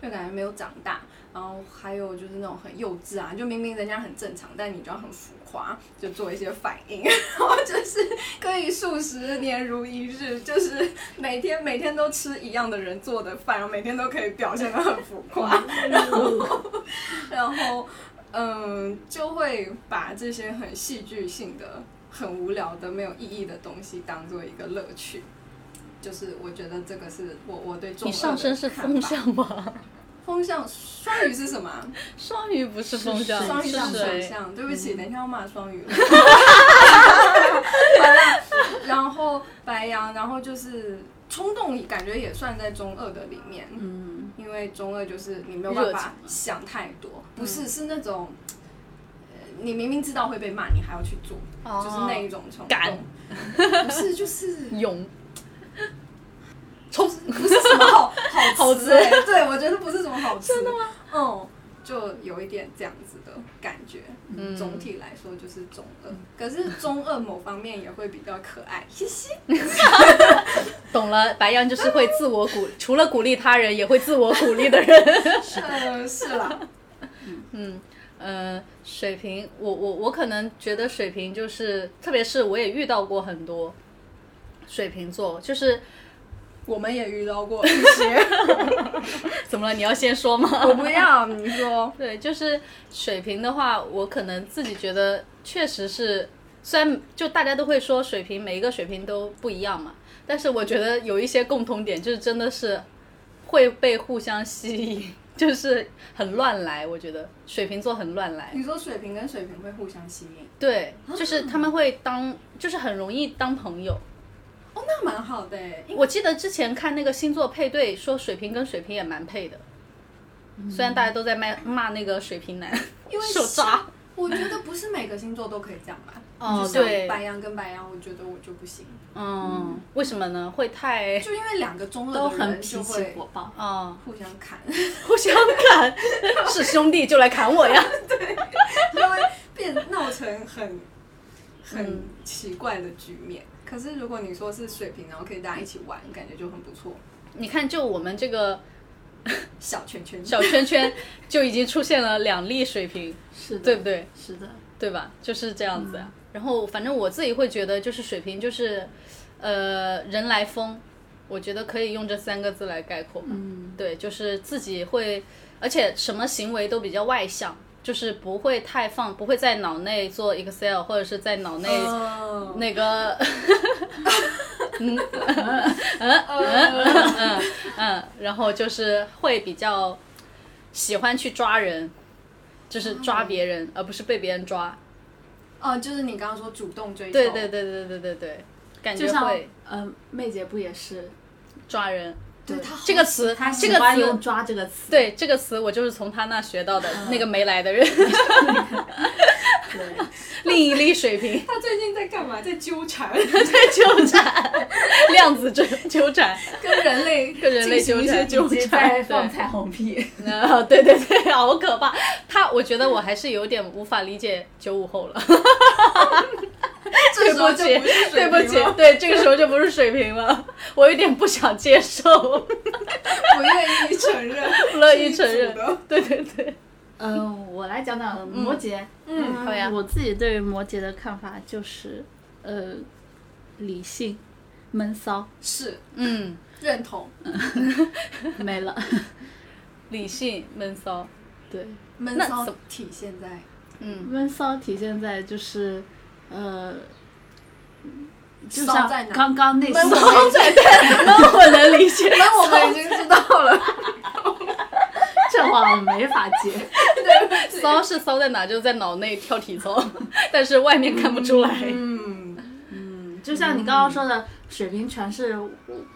Speaker 2: 就感觉没有长大，然后还有就是那种很幼稚啊，就明明人家很正常，但你就要很浮夸，就做一些反应，然后就是可以数十年如一日，就是每天每天都吃一样的人做的饭，然后每天都可以表现得很浮夸，然后
Speaker 1: 嗯
Speaker 2: 然后嗯，就会把这些很戏剧性的、很无聊的、没有意义的东西当做一个乐趣。就是我觉得这个是我我对中
Speaker 3: 你
Speaker 2: 二
Speaker 3: 上
Speaker 2: 的
Speaker 3: 身是
Speaker 2: 看
Speaker 3: 风
Speaker 2: 法
Speaker 3: 象吧？
Speaker 2: 风象双鱼是什么啊？
Speaker 3: 双鱼不是风象，
Speaker 1: 是
Speaker 2: 双鱼
Speaker 3: 是嗯
Speaker 2: 上水
Speaker 3: 水。
Speaker 2: 象，对不起，等一下要骂
Speaker 3: (laughs)
Speaker 2: 双鱼了。好啦，然后白羊，然后就是冲动，感觉也算在中二的里面，
Speaker 1: 嗯，
Speaker 2: 因为中二就是你没有办
Speaker 3: 热情
Speaker 2: 法
Speaker 3: 嘛嗯
Speaker 2: 想太多，不是是那种，呃你明明知道会被骂，你还要去做，
Speaker 3: 哦
Speaker 2: 就是那一种冲
Speaker 3: 敢
Speaker 2: 动，不
Speaker 3: (laughs)
Speaker 2: 是就是
Speaker 3: 勇，冲，
Speaker 2: 不是什么好好
Speaker 3: 好
Speaker 2: 吃、
Speaker 3: 吃
Speaker 2: 欸，对我觉得不是什么好吃。真的吗？嗯，就有一点这样子的感觉。
Speaker 3: 嗯
Speaker 2: 总体来说就是中二，可是中二某方面也会比较可爱。嘻嘻，
Speaker 3: 懂了。白羊就是会自我
Speaker 2: 嗯
Speaker 3: 鼓，除了鼓励他人，也会自我鼓励的人。 (laughs)
Speaker 2: 呃，是啦，
Speaker 3: 嗯，呃，水瓶，我我我可能觉得水瓶就是，特别是我也遇到过很多水瓶座，就是
Speaker 2: 我们也遇到过一些。
Speaker 3: 怎么了？你要先说吗？
Speaker 2: 我不要你说，
Speaker 3: 对，就是水瓶的话，我可能自己觉得确实是，虽然就大家都会说水瓶每一个水瓶都不一样嘛，但是我觉得有一些共同点，就是真的是会被互相吸引， (laughs) 就是很乱来。我觉得水瓶座很乱来，
Speaker 2: 你说水瓶跟水瓶会互相吸引，
Speaker 3: 对，
Speaker 2: 啊
Speaker 3: 就是他们会当，就是很容易当朋友。
Speaker 2: 哦，那蛮好的欸因为
Speaker 3: 我记得之前看那个星座配对，说水瓶跟水瓶也蛮配的。
Speaker 2: 嗯
Speaker 3: 虽然大家都在骂骂那个水瓶男，
Speaker 2: 因为
Speaker 3: 手渣，
Speaker 2: 我觉得不是每个星座都可以这样吧。
Speaker 3: 哦
Speaker 2: 就像
Speaker 3: 对
Speaker 2: 白羊跟白羊，我觉得我就不行，
Speaker 3: 嗯，为什么呢？会太
Speaker 2: 就因为两个中
Speaker 1: (laughs) 都
Speaker 2: 二的
Speaker 1: 很
Speaker 2: 人
Speaker 1: 脾
Speaker 2: 就
Speaker 1: 气
Speaker 2: 会
Speaker 1: 火爆。
Speaker 3: (laughs) 哦，
Speaker 2: 互相砍。
Speaker 3: 互相砍，是兄弟就来砍我呀！
Speaker 2: 就会变闹成很很
Speaker 3: 嗯
Speaker 2: 奇怪的局面。可是如果你说是水平，然后可以大家一起玩，感觉就很不错。
Speaker 3: (laughs) 你看，就我们这个
Speaker 2: 小圈圈，
Speaker 3: 小圈圈，就已经出现了两例水平，
Speaker 1: 是的，
Speaker 3: 对不对？
Speaker 1: 是的，
Speaker 3: 对吧？就是这样子。然后，反正我自己会觉得，就是水平，就是呃，人来疯，我觉得可以用这三个字来概括。
Speaker 1: 嗯，
Speaker 3: 对，就是自己会，而且什么行为都比较外向，就是不会太放，不会在脑内做 Excel，或者是在脑内、
Speaker 2: 嗯，
Speaker 3: 那个，嗯嗯嗯嗯嗯，然后就是会比较喜欢去抓人，就是抓别人，而不是被别人抓。
Speaker 2: 哦，就是你刚刚说主动追求，
Speaker 3: 对对对对对对对，感
Speaker 1: 就
Speaker 3: 觉
Speaker 1: 像
Speaker 3: 会
Speaker 1: 呃，妹姐不也是？
Speaker 3: 抓人
Speaker 2: 对，他
Speaker 3: 这个词
Speaker 1: 她，
Speaker 3: 这
Speaker 1: 喜
Speaker 3: 个
Speaker 1: 欢用“
Speaker 3: 词。
Speaker 1: 抓”这个词。
Speaker 3: 对这个词，我就是从他那学到的。那个没来的人，
Speaker 1: 对， (laughs)
Speaker 3: 另一粒水
Speaker 2: (laughs)
Speaker 3: 瓶
Speaker 2: 他最近在干嘛？在纠缠，
Speaker 3: 在纠缠， (laughs) 量子纠纠缠，
Speaker 2: 跟人类
Speaker 3: 跟人类纠缠
Speaker 2: 进行一些
Speaker 1: 以
Speaker 3: 纠
Speaker 1: 及在
Speaker 3: 缠，对
Speaker 1: 放彩虹 (laughs) 屁。
Speaker 3: 啊，对对对，好可怕！他，我觉得我还是有点无法理解九五后了，
Speaker 2: 这
Speaker 3: 对
Speaker 2: 时候 (laughs)
Speaker 3: 不
Speaker 2: 就
Speaker 3: 起
Speaker 2: 不是，水
Speaker 3: 对不
Speaker 2: 平
Speaker 3: 起
Speaker 2: 了，
Speaker 3: 对，这个时候就不是水平了，我有点不想接受，
Speaker 2: 不愿意承认，
Speaker 3: (laughs) 不乐意承
Speaker 2: 是一
Speaker 3: 认
Speaker 2: 组的。
Speaker 3: 对对对，
Speaker 1: 嗯，我来讲讲摩羯。
Speaker 2: 嗯
Speaker 3: 好呀
Speaker 1: 我自己对于摩羯的看法就是，呃，理性、闷骚，
Speaker 2: 是
Speaker 3: 嗯，
Speaker 2: 认同。
Speaker 1: 没了。 (laughs)
Speaker 3: 理性闷骚，
Speaker 1: 对，
Speaker 2: 闷
Speaker 3: 那
Speaker 2: 骚
Speaker 3: 怎
Speaker 2: 体现
Speaker 3: (laughs)
Speaker 2: 在
Speaker 3: 嗯
Speaker 1: 闷骚体现在就是，呃，就
Speaker 2: 骚
Speaker 1: 像
Speaker 2: 在哪？
Speaker 1: 刚刚那
Speaker 2: 闷
Speaker 1: 些，
Speaker 2: 我们已经
Speaker 3: 那我能理解，
Speaker 2: 闷我们已经知道
Speaker 3: (laughs)
Speaker 2: 了，
Speaker 1: 这话我没法接。
Speaker 3: 骚是骚在哪，就是在脑内跳体操，但是外面看不出来。
Speaker 2: 嗯，
Speaker 1: 嗯，就像你刚刚说的，水瓶全是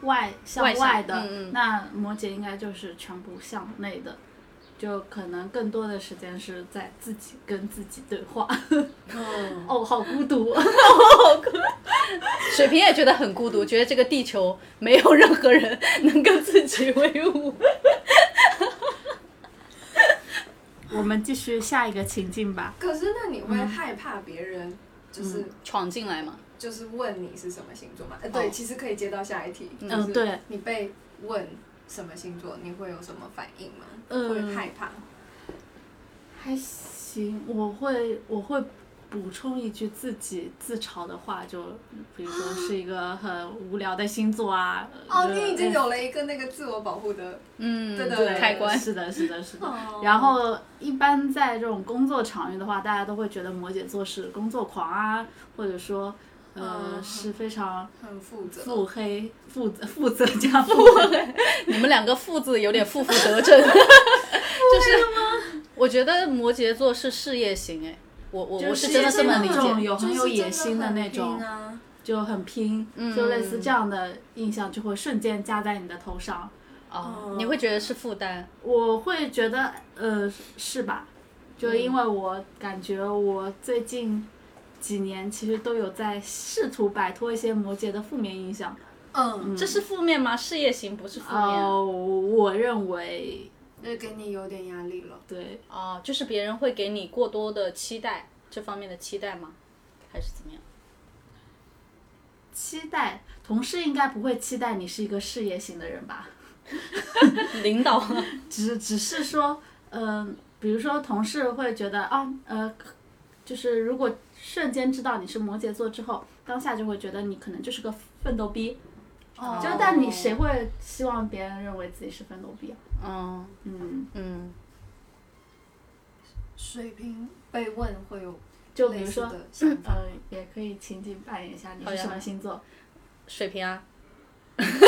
Speaker 1: 外向
Speaker 3: 外向
Speaker 1: 外的，
Speaker 3: 嗯嗯
Speaker 1: 那摩羯应该就是全部向内的。就可能更多的时间是在自己跟自己对话， (laughs)
Speaker 2: 哦，
Speaker 1: 哦，好孤独，
Speaker 3: 水瓶也觉得很孤独，觉得这个地球没有任何人能跟自己为伍。
Speaker 1: (laughs) 我们继续下一个情境吧。
Speaker 2: 可是那你会
Speaker 3: 嗯
Speaker 2: 害怕别人就是
Speaker 3: 闯进来嘛，
Speaker 2: 就是问你是什么星座吗？呃，对，
Speaker 3: 哦
Speaker 2: 其实可以接到下一题。
Speaker 3: 嗯
Speaker 2: 就是
Speaker 1: 嗯，对，
Speaker 2: 你被问什么星座，你会有什么反应吗？
Speaker 1: 嗯
Speaker 2: 会害怕？
Speaker 1: 还行，我会我会补充一句自己自嘲的话，就比如说是一个很无聊的星座啊。
Speaker 2: 哦，
Speaker 1: 呃
Speaker 2: 你已
Speaker 1: 哎
Speaker 2: 经有了一个那个自我保护的，
Speaker 3: 嗯，
Speaker 2: 对的
Speaker 1: 对
Speaker 3: 开关，
Speaker 1: 是的，是的，是的。
Speaker 2: 哦
Speaker 1: 然后一般在这种工作场域的话，大家都会觉得摩羯座是工作狂啊，或者说呃
Speaker 2: 嗯
Speaker 1: 是非常
Speaker 2: 很负责，
Speaker 1: 腹黑、负 (laughs) 责、负责加负
Speaker 3: 你们两个“负”字有点负负得正， (laughs) 就是我觉得摩羯座是事业型，哎，我我
Speaker 1: 就
Speaker 3: 我
Speaker 1: 是
Speaker 3: 真的这么理
Speaker 1: 那种
Speaker 3: 解，
Speaker 1: 有很有野心的那种
Speaker 2: 就是真的很拼啊。
Speaker 1: 就很拼，就类似这样的印象就会瞬间加在你的头上。
Speaker 3: 哦，你会觉得是负担，
Speaker 1: 我会觉得，呃，是吧？就因为我感觉我最近几年其实都有在试图摆脱一些摩羯的负面影响。
Speaker 2: 嗯，
Speaker 3: 这是负面吗？事业型不是负面啊，
Speaker 1: 哦，我认为
Speaker 2: 那给你有点压力了。
Speaker 1: 对，
Speaker 3: 哦，就是别人会给你过多的期待，这方面的期待吗？还是怎么样？ (laughs)
Speaker 1: 期待同事应该不会期待你是一个事业型的人吧？ (laughs)
Speaker 3: 领导，
Speaker 1: 只只是说，嗯、比如说同事会觉得啊，呃，就是如果瞬间知道你是摩羯座之后，当下就会觉得你可能就是个奋斗逼。
Speaker 2: 哦
Speaker 1: 就但你谁会希望别人认为自己是奋斗逼啊？
Speaker 3: (laughs) 嗯
Speaker 1: 嗯，
Speaker 3: 嗯，
Speaker 2: 水瓶被问会有
Speaker 1: 就比
Speaker 2: 类
Speaker 1: 如
Speaker 2: 似
Speaker 1: 说，
Speaker 2: 的想
Speaker 1: (laughs)
Speaker 2: 法，
Speaker 1: 呃，也可以情景扮演一下你
Speaker 3: 好
Speaker 1: 是
Speaker 3: 呀
Speaker 1: 什么星座。
Speaker 3: 水平啊，
Speaker 2: 没有任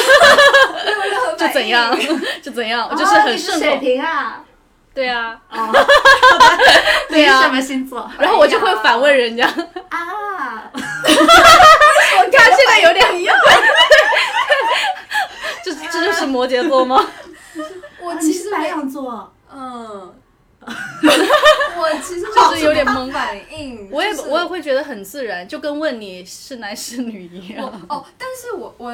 Speaker 2: 何
Speaker 3: 就
Speaker 2: 反
Speaker 3: 怎
Speaker 2: 应
Speaker 3: 样， (laughs) 就怎样，
Speaker 1: 哦
Speaker 3: 就是很
Speaker 1: 你是
Speaker 3: 顺
Speaker 1: 水
Speaker 3: 口，
Speaker 1: 瓶啊，
Speaker 3: 对啊，
Speaker 1: 哦，
Speaker 3: (laughs) 对
Speaker 1: 你是什
Speaker 3: 啊，
Speaker 1: 么星座
Speaker 3: 然后我就会反问人家，
Speaker 1: 啊？
Speaker 3: 我 (laughs) 看这个有点一样，这这就是摩羯座吗？
Speaker 2: 我
Speaker 1: 啊
Speaker 2: 其
Speaker 1: 你是
Speaker 2: 实
Speaker 1: 白
Speaker 2: 没
Speaker 1: 羊座，
Speaker 2: 嗯， (laughs) 我其实就是
Speaker 3: 有点懵
Speaker 2: 反应，
Speaker 3: 我也
Speaker 2: 就是
Speaker 3: 我也会觉得很自然，就跟问你是男是女一 (laughs)
Speaker 2: 我
Speaker 3: 样。
Speaker 2: 哦，但是我我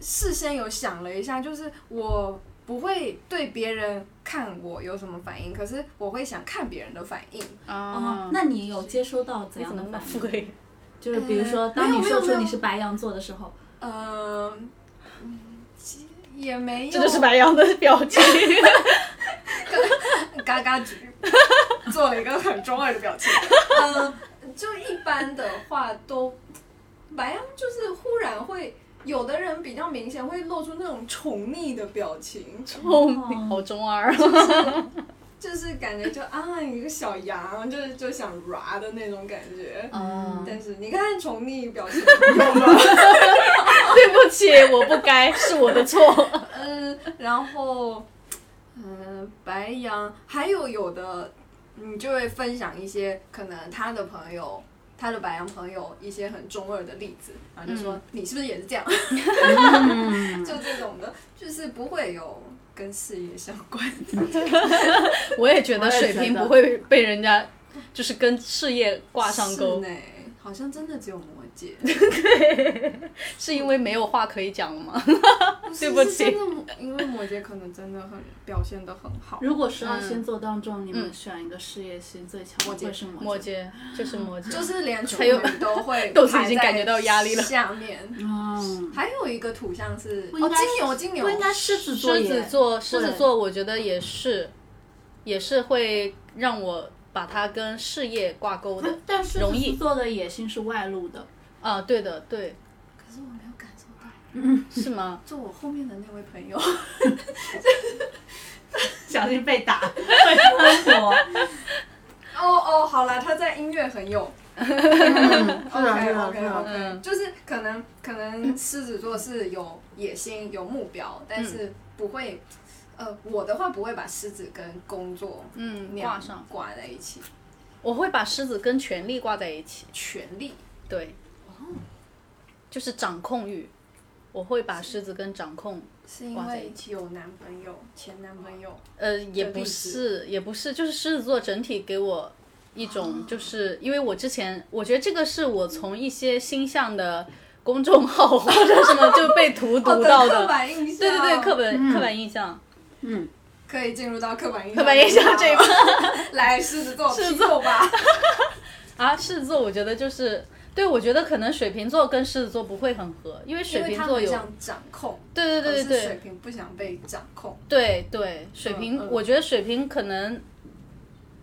Speaker 2: 事先有想了一下，就是我不会对别人看我有什么反应，可是我会想看别人的反应。
Speaker 3: 啊
Speaker 2: 嗯
Speaker 1: 哦，那你有接收到怎
Speaker 3: 你
Speaker 1: 样
Speaker 3: 怎
Speaker 1: 的
Speaker 3: 么那么
Speaker 1: 反
Speaker 3: 富
Speaker 1: 应？
Speaker 3: 贵？
Speaker 1: 就是比如说，
Speaker 2: 呃
Speaker 1: 当
Speaker 2: 没有
Speaker 1: 你
Speaker 2: 没有
Speaker 1: 说
Speaker 2: 没
Speaker 1: 出
Speaker 2: 有
Speaker 1: 你是白羊座的时候，
Speaker 2: 嗯、其也没
Speaker 3: (laughs)
Speaker 2: 有，
Speaker 3: 这就是白羊的表情。
Speaker 2: 嘎嘎举，做了一个很中二
Speaker 3: (laughs)
Speaker 2: 的表情。嗯，就一般的话都，白羊就是忽然会，有的人比较明显会露出那种宠溺的表情，
Speaker 1: 哦
Speaker 3: (laughs) 聪明，好中二。
Speaker 2: 就是感觉就啊，你个小羊，就是就想 ra 的那种感觉。
Speaker 1: 嗯
Speaker 2: 但是你看宠溺表
Speaker 3: (laughs)
Speaker 2: 情有吗？
Speaker 3: 对不起，我不该，是我
Speaker 1: (laughs)
Speaker 3: 的错。
Speaker 2: 嗯，然后，嗯、白羊还有有的，你就会分享一些可能他的朋友，他的白羊朋友一些很中二的例子，然后就说、
Speaker 3: 嗯
Speaker 2: 你是不是也是这样， (laughs) 就这种的，就是不会有跟事业相关的。
Speaker 3: 我也觉得
Speaker 1: 我也
Speaker 3: 水
Speaker 1: 觉
Speaker 3: 瓶
Speaker 1: 得
Speaker 3: 不会被人家就是跟事业挂上钩
Speaker 2: 是。呢，好像真的只有摩羯，
Speaker 3: 是因为没有话可以讲了吗？
Speaker 2: 是
Speaker 3: 对不
Speaker 2: 是
Speaker 3: 起
Speaker 2: 真的摩，因为摩羯可能真的很表现的很好。
Speaker 1: 如果十二星座当中，你
Speaker 2: 嗯
Speaker 1: 们选一个事业心最强
Speaker 2: 摩羯
Speaker 1: 的会是摩
Speaker 3: 摩
Speaker 1: 羯。
Speaker 3: 羯就是摩羯，
Speaker 2: 就是连处
Speaker 3: 还有
Speaker 2: 女都
Speaker 3: (laughs)
Speaker 2: 会
Speaker 3: 豆子已经感觉到压力了
Speaker 2: 排在下面
Speaker 1: 嗯，
Speaker 2: 还有一个土象是
Speaker 1: 不
Speaker 2: 哦，
Speaker 1: 应该是
Speaker 2: 金牛，金牛
Speaker 1: 不应该狮子座
Speaker 3: 狮
Speaker 1: 耶
Speaker 3: 子座，狮子
Speaker 1: 对
Speaker 3: 座我觉得也是，也是会让我把它跟事业挂钩的。
Speaker 1: 但是
Speaker 3: 容
Speaker 1: 狮
Speaker 3: 易
Speaker 1: 子座的野心是外露
Speaker 2: (laughs)
Speaker 1: 的，
Speaker 3: 啊，对的，对，
Speaker 2: 可是我没有感受到。
Speaker 3: (laughs) 是吗？
Speaker 2: 坐我后面的那位朋友， (laughs)
Speaker 1: 小心被打，被喷
Speaker 2: (laughs) 嗯
Speaker 1: 火。
Speaker 2: 哦哦，好啦，他在音乐很有。
Speaker 1: 是的是啊
Speaker 2: OK
Speaker 1: 的
Speaker 2: OK
Speaker 1: 是的嗯
Speaker 2: OK，就是可能可能狮子座是有野心、有目标，但
Speaker 1: 嗯
Speaker 2: 是不会，呃，我的话不会把狮子跟工作
Speaker 3: 嗯，
Speaker 2: 两
Speaker 3: 挂上，
Speaker 2: 挂在一起，
Speaker 3: 我会把狮子跟权力挂在一起。
Speaker 2: 权力
Speaker 3: 对，就是掌控欲，我会把狮子跟掌控，
Speaker 2: 是因
Speaker 3: 挂在
Speaker 2: 为
Speaker 3: 一
Speaker 2: 有男朋友、前男朋友，
Speaker 3: 呃，也
Speaker 2: 的
Speaker 3: 不
Speaker 2: 例子
Speaker 3: 是，也不是，就是狮子座整体给我一
Speaker 2: 啊
Speaker 3: 种，就是因为我之前，我觉得这个是我从一些星象的公众号 (laughs) 或者什么就被荼毒到
Speaker 2: 哦 (laughs) 刻
Speaker 3: 的，
Speaker 2: 板印象，
Speaker 3: 对对对，刻本刻板印象，
Speaker 1: 嗯，
Speaker 2: 可以进入到刻板印象，
Speaker 3: 刻板印象这一块。
Speaker 2: (laughs) 来狮子座，狮子座吧，
Speaker 3: 啊，狮子座我觉得就是，对我觉得可能水瓶座跟狮子座不会很合，因为水
Speaker 2: 因为
Speaker 3: 瓶
Speaker 2: 他
Speaker 3: 座
Speaker 2: 们
Speaker 3: 有，
Speaker 2: 想掌控，
Speaker 3: 对对对对
Speaker 2: 而哦是
Speaker 3: 对
Speaker 2: 水瓶不想被掌控，
Speaker 3: 对对，水
Speaker 2: 嗯
Speaker 3: 瓶，
Speaker 2: 嗯
Speaker 3: 我觉得水瓶可能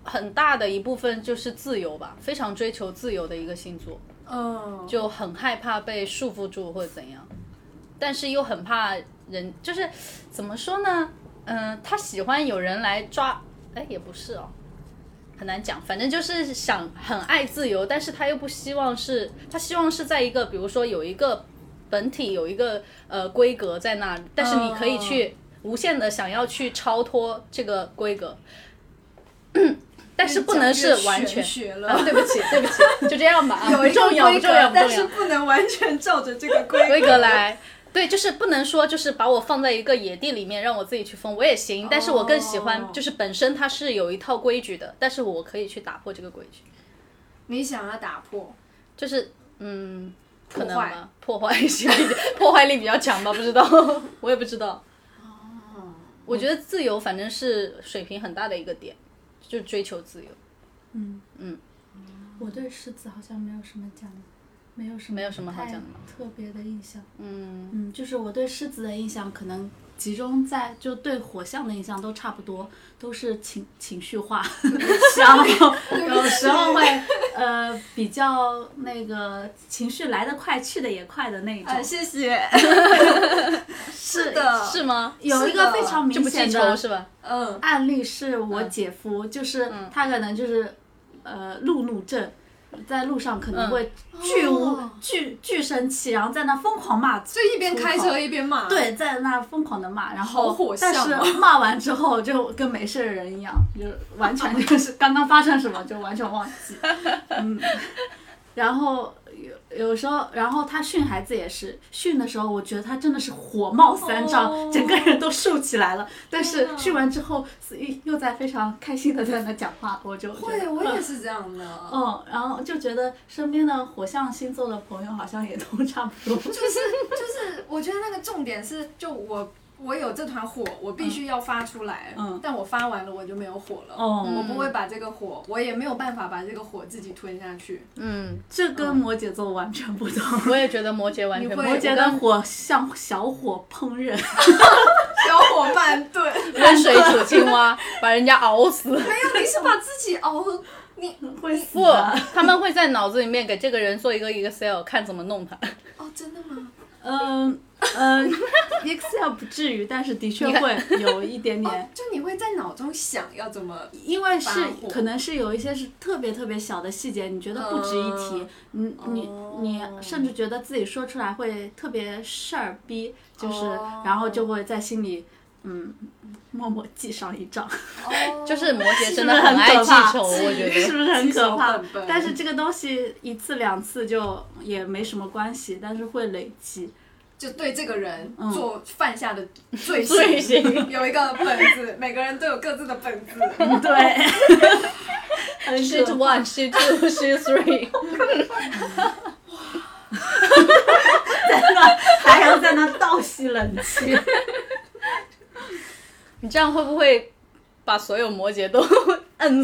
Speaker 3: 很大的一部分就是自由吧，非常追求自由的一个星座，
Speaker 2: 嗯，
Speaker 3: 就很害怕被束缚住或者怎样，但是又很怕人，就是怎么说呢？嗯、他喜欢有人来抓，哎，也不是哦。很难讲，反正就是想很爱自由，但是他又不希望是，他希望是在一个，比如说有一个本体有一个呃规格在那里，但是你可以去无限的想要去超脱这个规格，但是不能是完全。
Speaker 2: 学了
Speaker 3: 啊，。对不
Speaker 2: (laughs)
Speaker 3: 起，对不起，就这样吧，啊
Speaker 2: 有
Speaker 3: 不
Speaker 2: 一个
Speaker 3: 重要，不
Speaker 2: 规
Speaker 3: 重要，
Speaker 2: 格，
Speaker 3: 不
Speaker 2: 但
Speaker 3: 重
Speaker 2: 是
Speaker 3: 要，
Speaker 2: 不能完全照着这个规格。
Speaker 3: 规格来。对，就是不能说就是把我放在一个野地里面让我自己去疯，我也行，但是我更喜
Speaker 2: 哦
Speaker 3: 欢就是本身它是有一套规矩的，但是我可以去打破这个规矩。
Speaker 2: (laughs) 你想要打破，
Speaker 3: 就是嗯，可能
Speaker 2: 破坏
Speaker 3: 吧，破坏性比较 (laughs) 破坏力比较强吧，不知道， (laughs) 我也不知道。
Speaker 2: 哦
Speaker 3: 我觉得自由反正是水平很大的一个点，就追求自由，
Speaker 4: 我对狮子好像没有什么讲，没有什么
Speaker 3: 没有什么好
Speaker 4: 太
Speaker 3: 讲的嘛
Speaker 4: 特别的印象。
Speaker 1: 嗯，就是我对狮子的印象可能集中在就对火象的印象都差不多，都是情情绪
Speaker 3: (laughs)
Speaker 1: 化，然后有时候会呃比较那个情绪来得快去得也快的那一
Speaker 3: 啊
Speaker 1: 种。
Speaker 2: 谢 (laughs) 谢。
Speaker 1: 是
Speaker 2: 的，
Speaker 3: 是吗？
Speaker 1: 有一
Speaker 2: 是
Speaker 1: 个
Speaker 2: 的
Speaker 1: 非常
Speaker 3: 就不
Speaker 1: 明
Speaker 3: 记
Speaker 1: 显
Speaker 3: 仇
Speaker 1: 的
Speaker 3: 是吧？
Speaker 2: 嗯，
Speaker 1: 案例是我姐夫，就是他可能就是呃路怒症。在路上可能会巨无
Speaker 2: 哦
Speaker 1: 巨巨生气，然后在那疯狂骂粗口，
Speaker 2: 就一边开车一边骂。，
Speaker 1: 对，在那疯狂的骂，然
Speaker 2: 好
Speaker 1: 后
Speaker 2: 火
Speaker 1: 但
Speaker 2: 象
Speaker 1: 是
Speaker 2: 啊
Speaker 1: 骂完之后就跟没事的人一样，就是完全就是 (laughs) 刚刚发生什么就完全忘记，嗯，然后有有时候，然后他训孩子也是训的时候，我觉得他真的是火冒三丈，
Speaker 2: 哦
Speaker 1: 整个人都竖起来了，但
Speaker 2: 天
Speaker 1: 是
Speaker 2: 呐
Speaker 1: 训完之后又在非常开心的在那讲话，我就觉
Speaker 2: 会，
Speaker 1: 得
Speaker 2: 我也是这样的。
Speaker 1: 嗯，然后就觉得身边的火象星座的朋友好像也都 (laughs) 差不多，
Speaker 2: 就是就是，我觉得那个重点是，就我我有这团火，我必须要发出来。
Speaker 1: 嗯
Speaker 2: 但我发完了，我就没有火了。
Speaker 1: 哦、
Speaker 2: 我不会把这个火，我也没有办法把这个火自己吞下去。
Speaker 3: 嗯，
Speaker 1: 这跟摩羯座完全不同。
Speaker 3: 我也觉得摩羯完全
Speaker 2: 你
Speaker 3: 不
Speaker 2: 会
Speaker 1: 摩
Speaker 3: 我
Speaker 1: 羯
Speaker 3: 跟
Speaker 1: 的火像小火烹
Speaker 2: (laughs)
Speaker 1: 饪，
Speaker 2: 小火慢
Speaker 3: (laughs)
Speaker 2: 炖，
Speaker 3: 温水煮青蛙，把人家熬死。
Speaker 2: 没有，你是把自己熬，哦你
Speaker 1: 会死 (laughs)
Speaker 3: 不
Speaker 1: 的。，
Speaker 3: 他们会在脑子里面给这个人做一个 Excel，看怎么弄他。
Speaker 2: 哦，真的
Speaker 3: (laughs)
Speaker 2: 吗？
Speaker 1: 嗯嗯，Excel 不至于，但是的确会有一点
Speaker 2: 哦
Speaker 1: 点，，
Speaker 2: 就你会在脑中想要怎么
Speaker 1: 因为是
Speaker 2: 发火
Speaker 1: 可能是有一些是特别特别小的细节，你觉得不值一提，你你
Speaker 2: 哦
Speaker 1: 你甚至觉得自己说出来会特别事儿逼，就是
Speaker 2: 哦
Speaker 1: 然后就会在心里嗯默默记上一
Speaker 2: (laughs)
Speaker 1: 账。
Speaker 2: 哦
Speaker 3: (laughs) 就是摩羯真的
Speaker 1: 是不是很
Speaker 3: 爱
Speaker 1: 可
Speaker 3: 记
Speaker 1: 怕
Speaker 3: 仇，我觉
Speaker 1: 是不
Speaker 3: 得。
Speaker 1: 是很
Speaker 2: 记
Speaker 1: 可
Speaker 2: 仇
Speaker 1: 怕
Speaker 2: 本本？
Speaker 1: 但是这个东西一次两次就也没什么关系，但是会累积。
Speaker 2: 就对这个人做犯下的罪
Speaker 3: 嗯罪行
Speaker 2: (laughs)
Speaker 3: (laughs)
Speaker 2: 有一个本子，每个人都有各自的本子。
Speaker 1: (laughs) 对，
Speaker 3: (laughs)
Speaker 1: (laughs)
Speaker 3: She's one, she's two, she's three。 (laughs)
Speaker 1: 还要在那倒吸冷 (laughs) 气。
Speaker 3: 你这样会不会把所有摩羯都 摁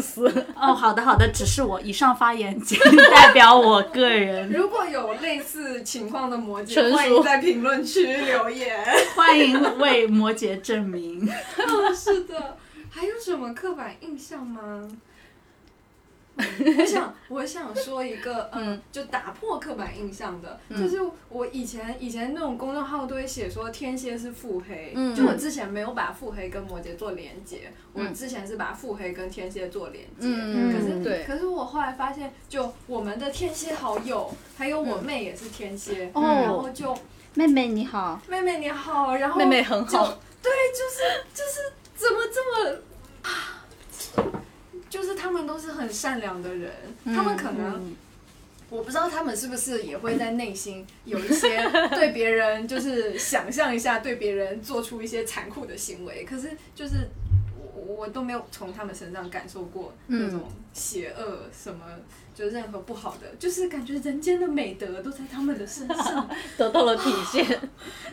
Speaker 1: (laughs)
Speaker 3: 死？
Speaker 1: 哦，好的好的，只是我以上发言仅代表我个 (laughs) 人，
Speaker 2: 如果有类似情况的摩
Speaker 3: 纯
Speaker 2: 羯，
Speaker 3: 属
Speaker 2: 欢迎在评论区留言。
Speaker 1: 欢迎为摩羯证明。
Speaker 2: (laughs) 是的，还有什么刻板印
Speaker 3: (laughs)
Speaker 2: 象吗？我想，我想说一个，嗯，就打破刻板印象的，
Speaker 3: 嗯
Speaker 2: 就是我以前以前那种公众号都会写说天蝎是腹黑，
Speaker 3: 嗯
Speaker 2: 就我之前没有把腹黑跟摩羯做连接，我之前是把腹黑跟天蝎做连接，
Speaker 3: 嗯
Speaker 2: 可是
Speaker 3: 对
Speaker 2: 可是我后来发现，就我们的天蝎好友，还有我妹也是天蝎，
Speaker 3: 嗯哦
Speaker 2: 然后就
Speaker 3: 妹妹你好，
Speaker 2: 妹妹你好，然后
Speaker 3: 妹妹很好
Speaker 2: 就。对，就是就是怎么这么啊？ (sighs) 就是他们都是很善良的人，
Speaker 3: 嗯
Speaker 2: 他们可能、我不知道他们是不是也会在内心有一些对别人，就是想象一下对别人做出一些残酷的行为，可是就是。我我都没有从他们身上感受过那种邪恶，什么、就任何不好的，就是感觉人间的美德都在他们的身上。
Speaker 3: 得到了体现。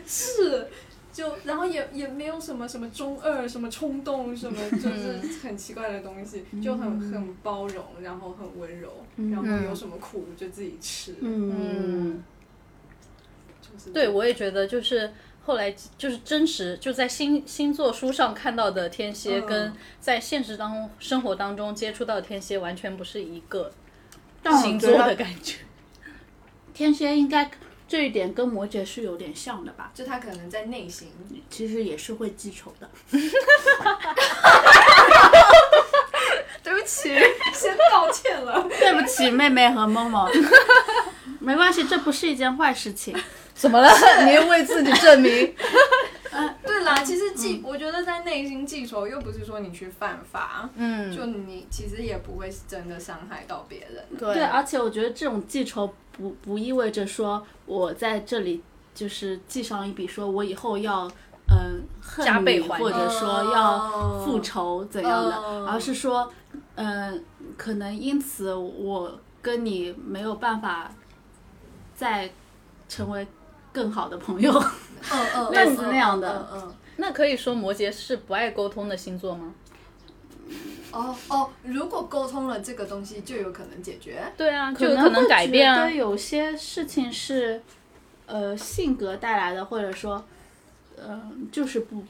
Speaker 2: 是，就然后也也没有什么什么中二什么冲动什么，就是很奇怪的东西，就很很包容，然后很温柔，然后有什么苦就自己吃，
Speaker 1: 嗯，
Speaker 2: 就是
Speaker 3: 对，我也觉得就是。后来就是真实，就在星星座书上看到的天蝎，
Speaker 2: 嗯
Speaker 3: 跟在现实当中生活当中接触到的天蝎完全不是一个
Speaker 1: 但我
Speaker 3: 星
Speaker 1: 觉
Speaker 3: 座的
Speaker 1: 得
Speaker 3: 感觉。
Speaker 1: 天蝎应该这一点跟摩羯是有点像的吧，
Speaker 2: 就他可能在内心，
Speaker 1: 其实也是会记仇的。
Speaker 2: 对不起， (laughs) 先道歉了。
Speaker 1: 对不起，妹妹和梦梦， (laughs) 没关系，这不是一件坏事情。
Speaker 3: (laughs) 怎么了？ (laughs) 你又为自己证明？
Speaker 2: 对啦，其实记，我觉得在内心记仇，又不是说你去犯法，
Speaker 3: 嗯，
Speaker 2: 就你其实也不会是真的伤害到别人。
Speaker 3: 对啊
Speaker 1: 对，而且我觉得这种记仇不不意味着说我在这里就是记上一笔，说我以后要嗯、恨
Speaker 3: 加倍
Speaker 1: 你
Speaker 3: 还
Speaker 1: 或者说要复仇怎样的，
Speaker 2: 哦
Speaker 1: 而是说嗯、可能因此我跟你没有办法再成为更好的朋友，
Speaker 2: 嗯嗯
Speaker 1: 类似那样的。
Speaker 2: 嗯嗯
Speaker 3: 那可以说摩羯是不爱沟通的星座吗？
Speaker 2: 哦哦，如果沟通了这个东西，就有可能解决。
Speaker 1: (laughs)
Speaker 3: 对啊，就有
Speaker 1: 可
Speaker 3: 可能
Speaker 1: 会
Speaker 3: 改
Speaker 1: 觉
Speaker 3: 变
Speaker 1: 得
Speaker 3: 啊。
Speaker 1: 有些事情是，呃，性格带来的，或者说，呃，就是不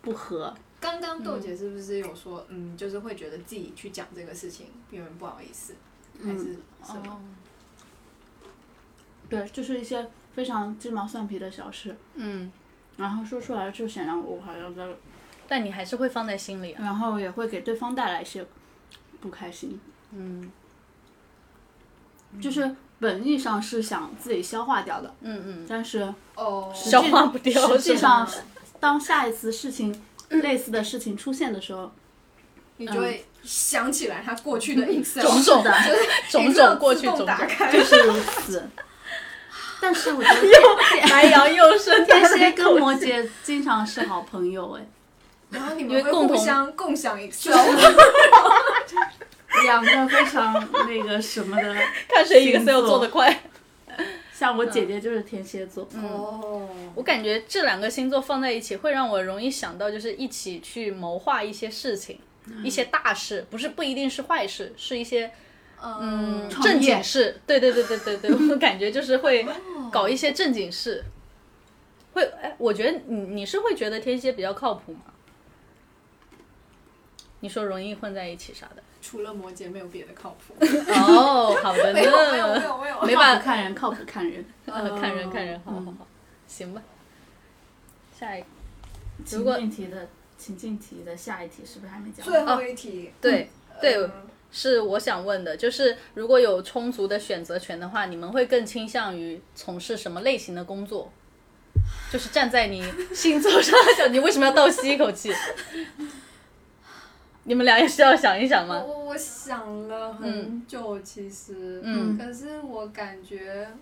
Speaker 1: 不合。
Speaker 2: 刚刚豆姐是不是有说，嗯就是会觉得自己去讲这个事情有点不好意思，
Speaker 3: 嗯
Speaker 2: 还是什么？
Speaker 1: 对，就是一些非常鸡毛蒜皮的小事，
Speaker 3: 嗯，
Speaker 1: 然后说出来就显得我好像在，
Speaker 3: 但你还是会放在心里啊。
Speaker 1: 然后也会给对方带来一些不开心。
Speaker 3: 嗯
Speaker 1: 就是本意上是想自己消化掉的，
Speaker 3: 嗯
Speaker 1: 但是
Speaker 2: 哦，
Speaker 3: 嗯， (laughs) 消化不掉。
Speaker 1: 实际
Speaker 3: 是吗
Speaker 1: 上，当下一次事情。类似的事情出现的时候，
Speaker 2: 你就会想起来他过去的 Excel，
Speaker 3: 种种
Speaker 2: (laughs) 的，
Speaker 3: 种种过去种种，
Speaker 2: 打开，
Speaker 1: 就是如此。但是我觉
Speaker 3: (laughs)
Speaker 1: 得
Speaker 3: 白羊又生
Speaker 1: 天
Speaker 3: 但
Speaker 1: 蝎
Speaker 3: 是
Speaker 1: 跟摩
Speaker 3: (laughs)
Speaker 1: 羯经常是好朋友哎，
Speaker 2: 然后你
Speaker 3: 因为
Speaker 2: 们会
Speaker 3: 共
Speaker 2: 互
Speaker 3: 同
Speaker 2: 相共享 Excel，
Speaker 1: 两个非常那个什么的，
Speaker 3: (laughs) 看嗯谁 Excel 做得快。
Speaker 1: 像我姐姐就是天蝎座，
Speaker 3: 嗯
Speaker 2: 哦，
Speaker 3: (laughs) 我感觉这两个星座放在一起，会让我容易想到，就是一起去谋划一些事情，一些大事，不是不一定是坏事，是一些
Speaker 2: 嗯，
Speaker 1: 创
Speaker 3: 正
Speaker 1: 业
Speaker 3: 经事。对对对对对对，我感觉就是会搞一些正经事。会，哎，我觉得你你是会觉得天蝎比较靠谱吗？你说容易混在一起啥的？
Speaker 2: 除了摩羯没有别的靠
Speaker 3: (laughs)
Speaker 2: 谱，
Speaker 3: 哦，好的呢，
Speaker 2: 没有没有没有没有，哦
Speaker 3: 没
Speaker 1: 靠
Speaker 3: 办
Speaker 1: 谱 (laughs) 看人，靠谱看人。
Speaker 3: 呃，看人看人，好好好，行吧。下一个，如
Speaker 1: 情
Speaker 3: 果
Speaker 1: 境题的情境题的下一题是不是还没讲完？哦
Speaker 2: 最后一题，
Speaker 3: 对对
Speaker 2: 嗯，，
Speaker 3: 是我想问的，就是如果有充足的选择权的话，你们会更倾向于从事什么类型的工作？就是站在
Speaker 2: (laughs)
Speaker 3: 你星座上来讲，你为什么要倒吸一口气？ (laughs) 你们俩也是要想一想吗？
Speaker 2: 我我想了很久，其实，
Speaker 3: 嗯
Speaker 2: 可是我感觉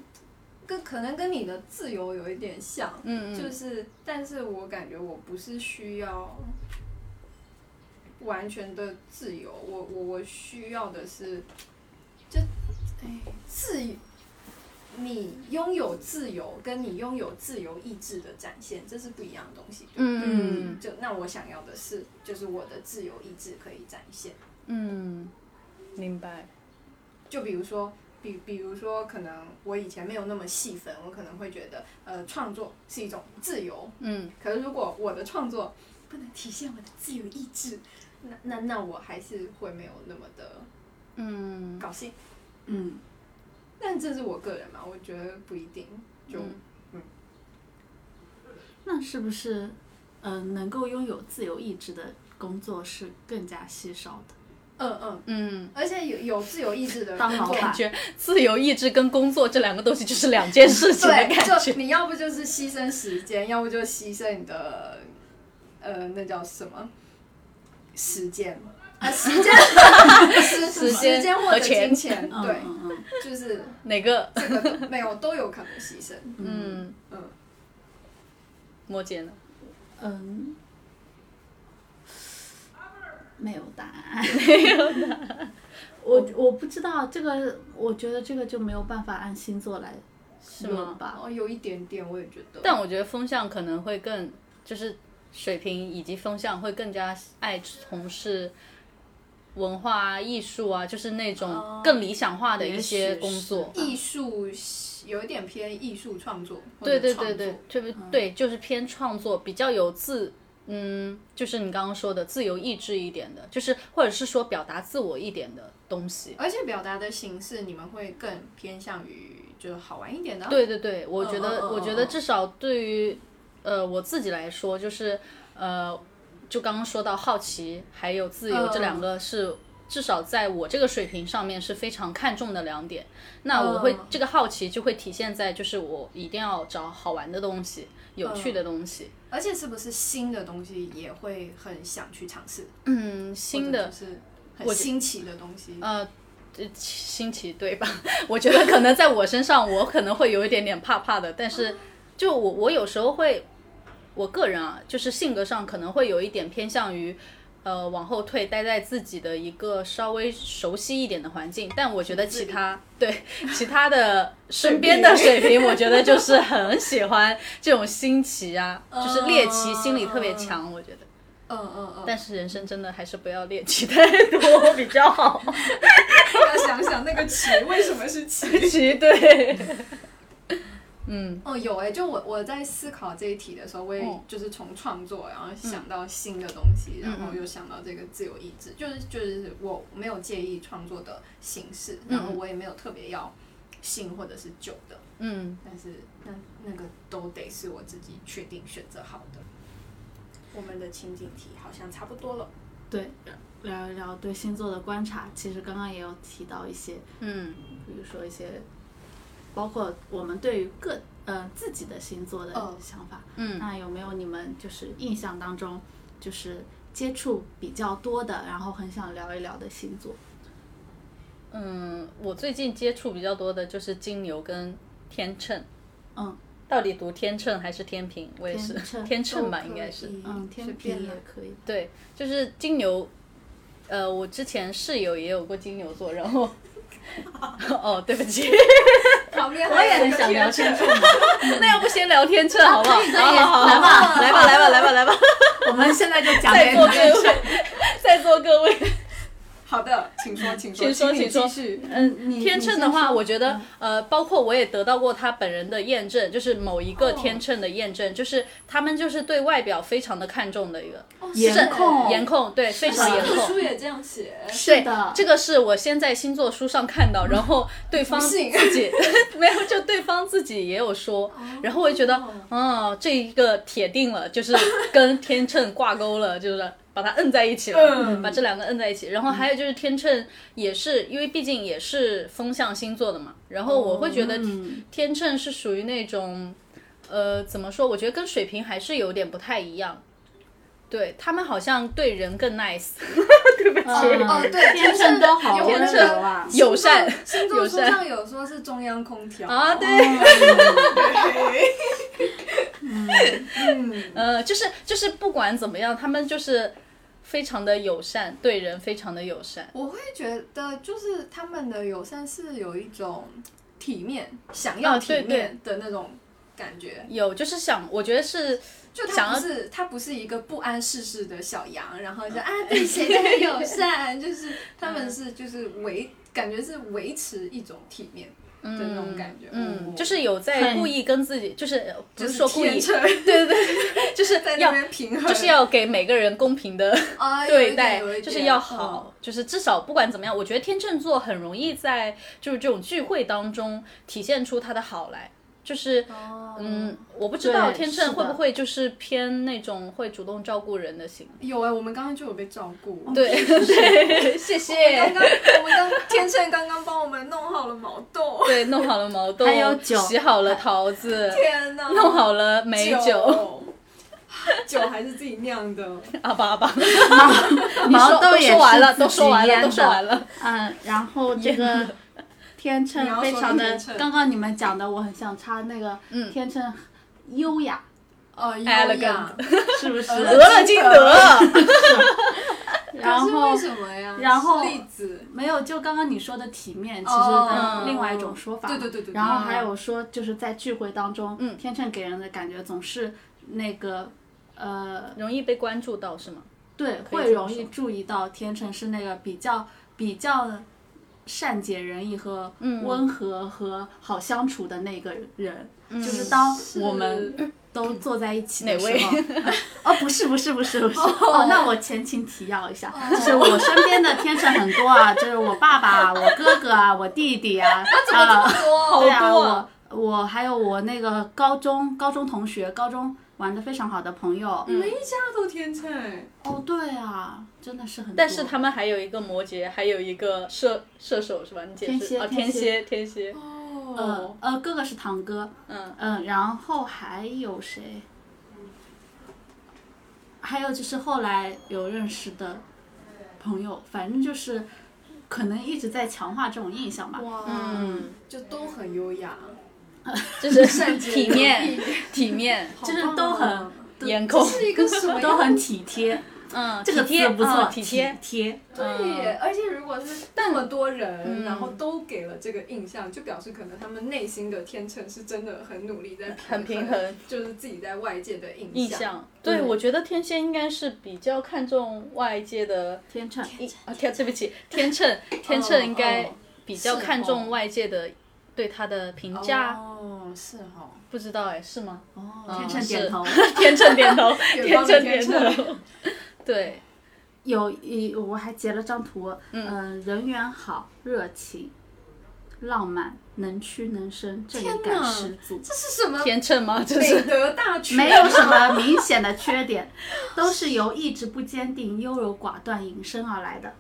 Speaker 2: 跟可能跟你的自由有一点像，
Speaker 3: 嗯
Speaker 2: 就
Speaker 3: 嗯
Speaker 2: 是，但是我感觉我不是需要，完全的自由，我我我需要的是，就哎自由，你拥有自由跟你拥有自由意志的展现，这是不一样的东西。
Speaker 3: 嗯
Speaker 2: 就那我想要的是，就是我的自由意志可以展现。
Speaker 3: 嗯，明白。
Speaker 2: 就比如说，比比如说，可能我以前没有那么细分，我可能会觉得，呃，创作是一种自由。
Speaker 3: 嗯
Speaker 2: 可是如果我的创作不能体现我的自由意志，那那那我还是会没有那么的
Speaker 3: 嗯
Speaker 2: 高兴。
Speaker 1: 嗯，
Speaker 2: 但这是我个人嘛，我觉得不一定。就、
Speaker 3: 嗯
Speaker 1: 那是不是，呃，能够拥有自由意志的工作是更加稀少的？
Speaker 2: 嗯嗯，
Speaker 3: 嗯，
Speaker 2: 而且有有自由意志的
Speaker 1: 当
Speaker 2: 工
Speaker 1: 老
Speaker 2: 作
Speaker 1: 板
Speaker 3: 感觉 (laughs) 自由意志跟工作这两个东西就是两件事 (laughs) 情的感
Speaker 2: 对，
Speaker 3: 觉
Speaker 2: 就。你要不就是牺牲时间，要不就牺牲你的，呃，那叫什么？时间啊，时间，时
Speaker 3: 时间
Speaker 2: 时间或
Speaker 3: 和
Speaker 2: 者
Speaker 3: 钱
Speaker 2: 金钱，
Speaker 1: 嗯
Speaker 2: 对，
Speaker 1: 嗯嗯，
Speaker 2: (laughs) 就是
Speaker 3: 哪个？ (laughs)
Speaker 2: 这个都没有都有可能牺牲。
Speaker 3: 嗯
Speaker 2: 嗯，
Speaker 3: 莫姐呢？
Speaker 1: 嗯，没有答案，没有答案。 (laughs) 我我不知道这个，我觉得这个就没有办法按星座来
Speaker 3: 是
Speaker 1: 论
Speaker 3: 吗？
Speaker 1: 吧。
Speaker 2: 哦，有一点点，我也觉得。
Speaker 3: 但我觉得风向可能会更，就是水平以及风向会更加爱从事文化啊、艺术啊，就是那种更理想化的一些工作。
Speaker 2: 艺术有一点偏艺术创作，或
Speaker 3: 对
Speaker 2: 者
Speaker 3: 对
Speaker 2: 创
Speaker 3: 对
Speaker 2: 作
Speaker 3: 对，对不对？就是偏创作，比较有自，嗯，就是你刚刚说的自由意志一点的，就是或者是说表达自我一点的东西。
Speaker 2: 而且表达的形式，你们会更偏向于就是好玩一点的。
Speaker 3: 对对对，我觉得，
Speaker 2: 嗯嗯嗯
Speaker 3: 我觉得至少对于呃我自己来说，就是呃，就刚刚说到好奇还有自由
Speaker 2: 嗯
Speaker 3: 这两个是。至少在我这个水平上面是非常看重的两点，那我会、
Speaker 2: 嗯
Speaker 3: 这个好奇就会体现在就是我一定要找好玩的东西、有趣的东西，
Speaker 2: 而且是不是新的东西也会很想去尝试？
Speaker 3: 嗯，新的
Speaker 2: 或者就是很新奇的东西。
Speaker 3: 呃，这新奇对吧？ (laughs) 我觉得可能在我身上，我可能会有一点点怕怕的，但是就我我有时候会，我个人啊，就是性格上可能会有一点偏向于。呃，往后退，待在自己的一个稍微熟悉一点的环境，但我觉得其他对 (laughs) 其他的身边的水平，我觉得就是很喜欢这种新奇啊，就是猎奇心理特别强，我觉得。
Speaker 2: 嗯嗯嗯，
Speaker 3: 但是人生真的还是不要猎奇太多比较好。
Speaker 2: 要想想那个奇 (laughs) 为什么是奇？
Speaker 3: 奇对，嗯
Speaker 2: 哦，有哎、就我我在思考这一题的时候，我也
Speaker 3: 嗯
Speaker 2: 就是从创作，然后想到新的东西，然后又想到这个自由意志，就是就是我没有介意创作的形式，
Speaker 3: 嗯
Speaker 2: 然后我也没有特别要新或者是旧的，
Speaker 3: 嗯
Speaker 2: 但是那那个都得是我自己确定选择好的。我们的情景题好像差不多
Speaker 3: (laughs)
Speaker 2: 了，
Speaker 1: 对，聊一聊对星座的观察。其实刚刚也有提到一些，
Speaker 3: 嗯
Speaker 1: 比如说一些，包括我们对于个呃自己的星座的
Speaker 2: 嗯
Speaker 1: 想法。
Speaker 3: 嗯
Speaker 1: 那有没有你们就是印象当中就是接触比较多的，然后很想聊一聊的星座？
Speaker 3: 嗯，我最近接触比较多的就是金牛跟天秤，
Speaker 1: 嗯
Speaker 3: 到底读天秤还是天平？我也是
Speaker 1: 天秤
Speaker 3: (laughs) 天秤吧，
Speaker 2: 都可
Speaker 3: 应该是
Speaker 2: 以
Speaker 1: 嗯，
Speaker 2: 随
Speaker 1: 天
Speaker 2: 便
Speaker 1: 平也
Speaker 2: 啦
Speaker 1: 可以。
Speaker 3: 对，就是金牛。呃，我之前室友也有过金牛座，然 (laughs) 后，哦，对不起，
Speaker 2: 旁边
Speaker 3: 我也很想 (laughs) 聊天秤，啊那要不先聊天秤好不好？好好好，来吧，来吧，来吧，来吧， (laughs) 来吧，
Speaker 1: 我们现在就讲
Speaker 3: 在
Speaker 1: 给
Speaker 3: 座
Speaker 1: 你。
Speaker 3: 各位，在座各位，
Speaker 2: 好的，请说，请说，
Speaker 3: 请说
Speaker 2: 你
Speaker 3: 请说
Speaker 2: 继续。
Speaker 1: 嗯，你
Speaker 3: 天秤的话，我觉得
Speaker 1: 嗯
Speaker 3: 呃，包括我也得到过他本人的验证，就是某一
Speaker 2: 哦
Speaker 3: 个天秤的验证，就是他们就是对外表非常的看重的一个
Speaker 2: 哦
Speaker 1: 颜控
Speaker 3: 颜控，对，非常
Speaker 1: 的
Speaker 3: 颜控。
Speaker 2: 书也这样写，
Speaker 1: 是
Speaker 3: 对
Speaker 1: 的，
Speaker 3: 这个是我先在星座书上看到，然后对方
Speaker 2: 嗯不
Speaker 3: 自
Speaker 2: 信
Speaker 3: 己 (laughs) 没有，就对方自己也有说，然后我就觉得，哦，这一个铁定了，就是跟天秤挂钩了，就是把它摁在一起了，
Speaker 2: 嗯
Speaker 3: 把这两个摁在一起。然后还有就是天秤也是，因为毕竟也是风象星座的嘛，然后我会觉得
Speaker 1: 嗯
Speaker 3: 天秤是属于那种，呃，怎么说？我觉得跟水瓶还是有点不太一样。对他们好像对人更 nice， (laughs)
Speaker 2: 哦对
Speaker 1: 嗯天秤都好
Speaker 2: 天
Speaker 1: 温
Speaker 2: 秤
Speaker 1: 柔
Speaker 3: (laughs)
Speaker 1: 啊。
Speaker 3: 友善
Speaker 2: 星座
Speaker 3: 友
Speaker 2: 书
Speaker 3: 善
Speaker 2: 上有说是中央空调
Speaker 3: 啊，对，
Speaker 2: 嗯，
Speaker 3: (laughs) 嗯
Speaker 2: 嗯
Speaker 3: 呃，就是就是不管怎么样，他们就是非常的友善，对人非常的友善。
Speaker 2: 我会觉得就是他们的友善是有一种体面，想要
Speaker 3: 啊对
Speaker 2: 体面的那种感觉，
Speaker 3: 有就是想，我觉得是
Speaker 2: 就
Speaker 3: 想
Speaker 2: 他
Speaker 3: 要哦
Speaker 2: 不是他不是一个不谙世事的小羊，然后就啊对谁都很友善，就是他们是就是维感觉是维持一种体面的那种感觉，
Speaker 3: 嗯，
Speaker 2: 我
Speaker 3: 就是有在
Speaker 1: 很
Speaker 3: 故意跟自己，就是呃不
Speaker 2: 就是是
Speaker 3: 说故
Speaker 2: 天
Speaker 3: 意，
Speaker 2: 秤
Speaker 3: 对对
Speaker 2: (laughs)
Speaker 3: 对，就是
Speaker 2: 在那
Speaker 3: 要
Speaker 2: 边平衡，
Speaker 3: 就是要给每个人公平的 (laughs)
Speaker 2: 啊有一
Speaker 3: 对
Speaker 2: 点
Speaker 3: 待
Speaker 2: 有一，点
Speaker 3: 就是要
Speaker 2: 嗯
Speaker 3: 好，就是至少不管怎么样，我觉得天秤座很容易在就是这种聚会当中体现出他的好来，就是。
Speaker 2: 哦
Speaker 3: 嗯，我不知道
Speaker 1: 对
Speaker 3: 天
Speaker 1: 是
Speaker 3: 秤会
Speaker 1: 的
Speaker 3: 不会就是偏那种会主动照顾人的
Speaker 2: (laughs)
Speaker 3: 型。
Speaker 2: 有哎、我们刚刚就有被照顾。
Speaker 3: 哦对对，谢
Speaker 2: 刚
Speaker 3: 谢。
Speaker 2: 刚我们刚天秤刚刚帮我们弄好了毛豆，
Speaker 3: 对，弄好了毛豆，
Speaker 1: 还有酒
Speaker 3: 洗好了桃子，
Speaker 2: 天哪，
Speaker 3: 弄好了美酒，
Speaker 2: 酒，酒还是自己
Speaker 3: (laughs)
Speaker 2: 酿的，
Speaker 3: 阿巴阿巴。
Speaker 2: (laughs)
Speaker 1: (laughs) 毛豆
Speaker 3: 都
Speaker 1: 啊也
Speaker 3: 啊说完了，
Speaker 1: 是
Speaker 3: 都
Speaker 1: 自
Speaker 3: 说
Speaker 1: 己
Speaker 3: 完了，
Speaker 1: 腌
Speaker 3: 都说
Speaker 1: 的
Speaker 3: 完了。 (laughs)
Speaker 1: 嗯，然后这个 (laughs) 天
Speaker 2: 你要
Speaker 1: 秤
Speaker 2: 说
Speaker 1: 非常的
Speaker 2: 天，秤
Speaker 1: 刚刚你们讲的，我很想插那个
Speaker 3: 嗯
Speaker 1: 天秤优雅，
Speaker 2: 哦，优
Speaker 3: Elegant
Speaker 2: 雅。
Speaker 1: 是不是？
Speaker 3: 得了金德，
Speaker 1: 呃然
Speaker 2: 可
Speaker 1: 后
Speaker 2: 是为什么呀？
Speaker 1: 然后
Speaker 2: 栗子，
Speaker 1: 没有，就刚刚你说的体面，其实
Speaker 2: 哦
Speaker 1: 的另外一种说法。
Speaker 2: 对对对对对
Speaker 1: 然后还有说，就是在聚会当中，
Speaker 3: 嗯
Speaker 1: 天秤给人的感觉总是那个，呃，
Speaker 3: 容易被关注到是吗？
Speaker 1: 对，
Speaker 3: 可
Speaker 1: 会
Speaker 3: 以这么
Speaker 1: 容易
Speaker 3: 说
Speaker 1: 注意到天秤是那个比较比较善解人意和
Speaker 2: 嗯
Speaker 1: 温和和好相处的那个人。
Speaker 2: 嗯
Speaker 1: 就是当我们都坐在一起的时候， (laughs) 哦，不是不是不是不是，哦，那我前情提要一下，就是我身边的天秤很多啊，就是我爸爸、啊、我哥哥啊、我弟弟啊，啊，
Speaker 2: 多
Speaker 1: 对啊，
Speaker 3: 好多啊
Speaker 1: 我我还有我那个高中高中同学，高中玩的非常好的朋友，
Speaker 2: 每一家都天秤，
Speaker 1: 哦，对啊，真的是很多，
Speaker 3: 但是他们还有一个摩羯，还有一个射射手是吧？你解
Speaker 1: 天
Speaker 3: 释
Speaker 1: 蝎
Speaker 3: 啊，天
Speaker 1: 天
Speaker 3: 蝎天蝎，
Speaker 1: 呃
Speaker 2: 哦，
Speaker 1: 呃，哥哥是堂哥，
Speaker 3: 嗯，
Speaker 1: 嗯，然后还有谁？还有就是后来有认识的朋友，反正就是可能一直在强化这种印象吧。
Speaker 2: 哇，
Speaker 3: (laughs) 嗯，
Speaker 2: 就都很优雅，
Speaker 3: 就是
Speaker 2: 善解
Speaker 3: 体
Speaker 2: 人
Speaker 3: 面
Speaker 2: (laughs) 意，
Speaker 3: 体面，
Speaker 1: 就是
Speaker 2: 好棒
Speaker 1: 都很
Speaker 2: 哦
Speaker 1: 都
Speaker 3: 颜
Speaker 2: 这
Speaker 3: 控，
Speaker 2: 是一个什么样的
Speaker 1: 都很体贴，
Speaker 3: 嗯，
Speaker 1: 这个
Speaker 3: 体
Speaker 1: 词
Speaker 3: 贴
Speaker 1: 不错，
Speaker 3: 嗯体贴，
Speaker 1: 贴。
Speaker 2: 对耶，嗯而且如果是那么多人，
Speaker 3: 嗯
Speaker 2: 然后都给了这个印象，就表示可能他们内心的天秤是真的很努力在平
Speaker 3: 很平衡
Speaker 2: 就是自己在外界的印
Speaker 3: 印
Speaker 2: 象。
Speaker 3: 象。对，我觉得天蝎应该是比较看重外界的
Speaker 1: 天秤，
Speaker 3: 印啊，天，对不起，天秤，天秤应该
Speaker 2: 哦
Speaker 3: 比较
Speaker 2: 是
Speaker 3: 看重
Speaker 2: 哦
Speaker 3: 外界的对他的评
Speaker 1: 啊
Speaker 3: 价，
Speaker 2: 哦，是哦，
Speaker 3: 不知道哎，是吗？
Speaker 1: 哦天秤点头。
Speaker 3: (laughs) 天秤点头，
Speaker 2: 远
Speaker 3: 天
Speaker 2: 方的
Speaker 3: 秤
Speaker 2: 天
Speaker 3: 点
Speaker 2: 秤
Speaker 3: 头。对，
Speaker 1: 有一，我还截了张图，嗯、人缘好，热情，浪漫，能屈能伸，正义
Speaker 2: 天
Speaker 1: 感
Speaker 2: 哪
Speaker 1: 十足。
Speaker 2: 这是什么
Speaker 3: 天秤吗？就
Speaker 2: 美
Speaker 3: 是
Speaker 2: 德大全？
Speaker 1: 没有什么明显的缺点，都是由意志不坚定、优柔寡断引申而来的。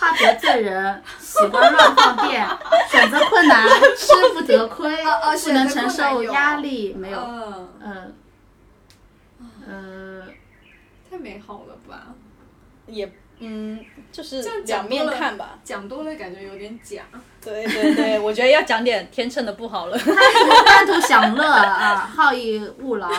Speaker 1: 怕得罪人，喜欢乱放电，选择困难，吃不得亏，
Speaker 2: 哦哦
Speaker 1: 不能承
Speaker 2: 选择困难
Speaker 1: 受
Speaker 2: 有
Speaker 1: 压力，没有，
Speaker 2: 嗯，
Speaker 1: 嗯、呃，
Speaker 2: 太美好了吧？
Speaker 3: 也嗯，就是
Speaker 2: 这样讲
Speaker 3: 两面
Speaker 2: 多了
Speaker 3: 看吧。
Speaker 2: 讲多了感觉有点假。
Speaker 3: 对对对，我觉得要讲点天秤的不好了。 (laughs)
Speaker 1: 贪图享
Speaker 2: (laughs)
Speaker 1: 乐啊，好逸恶劳，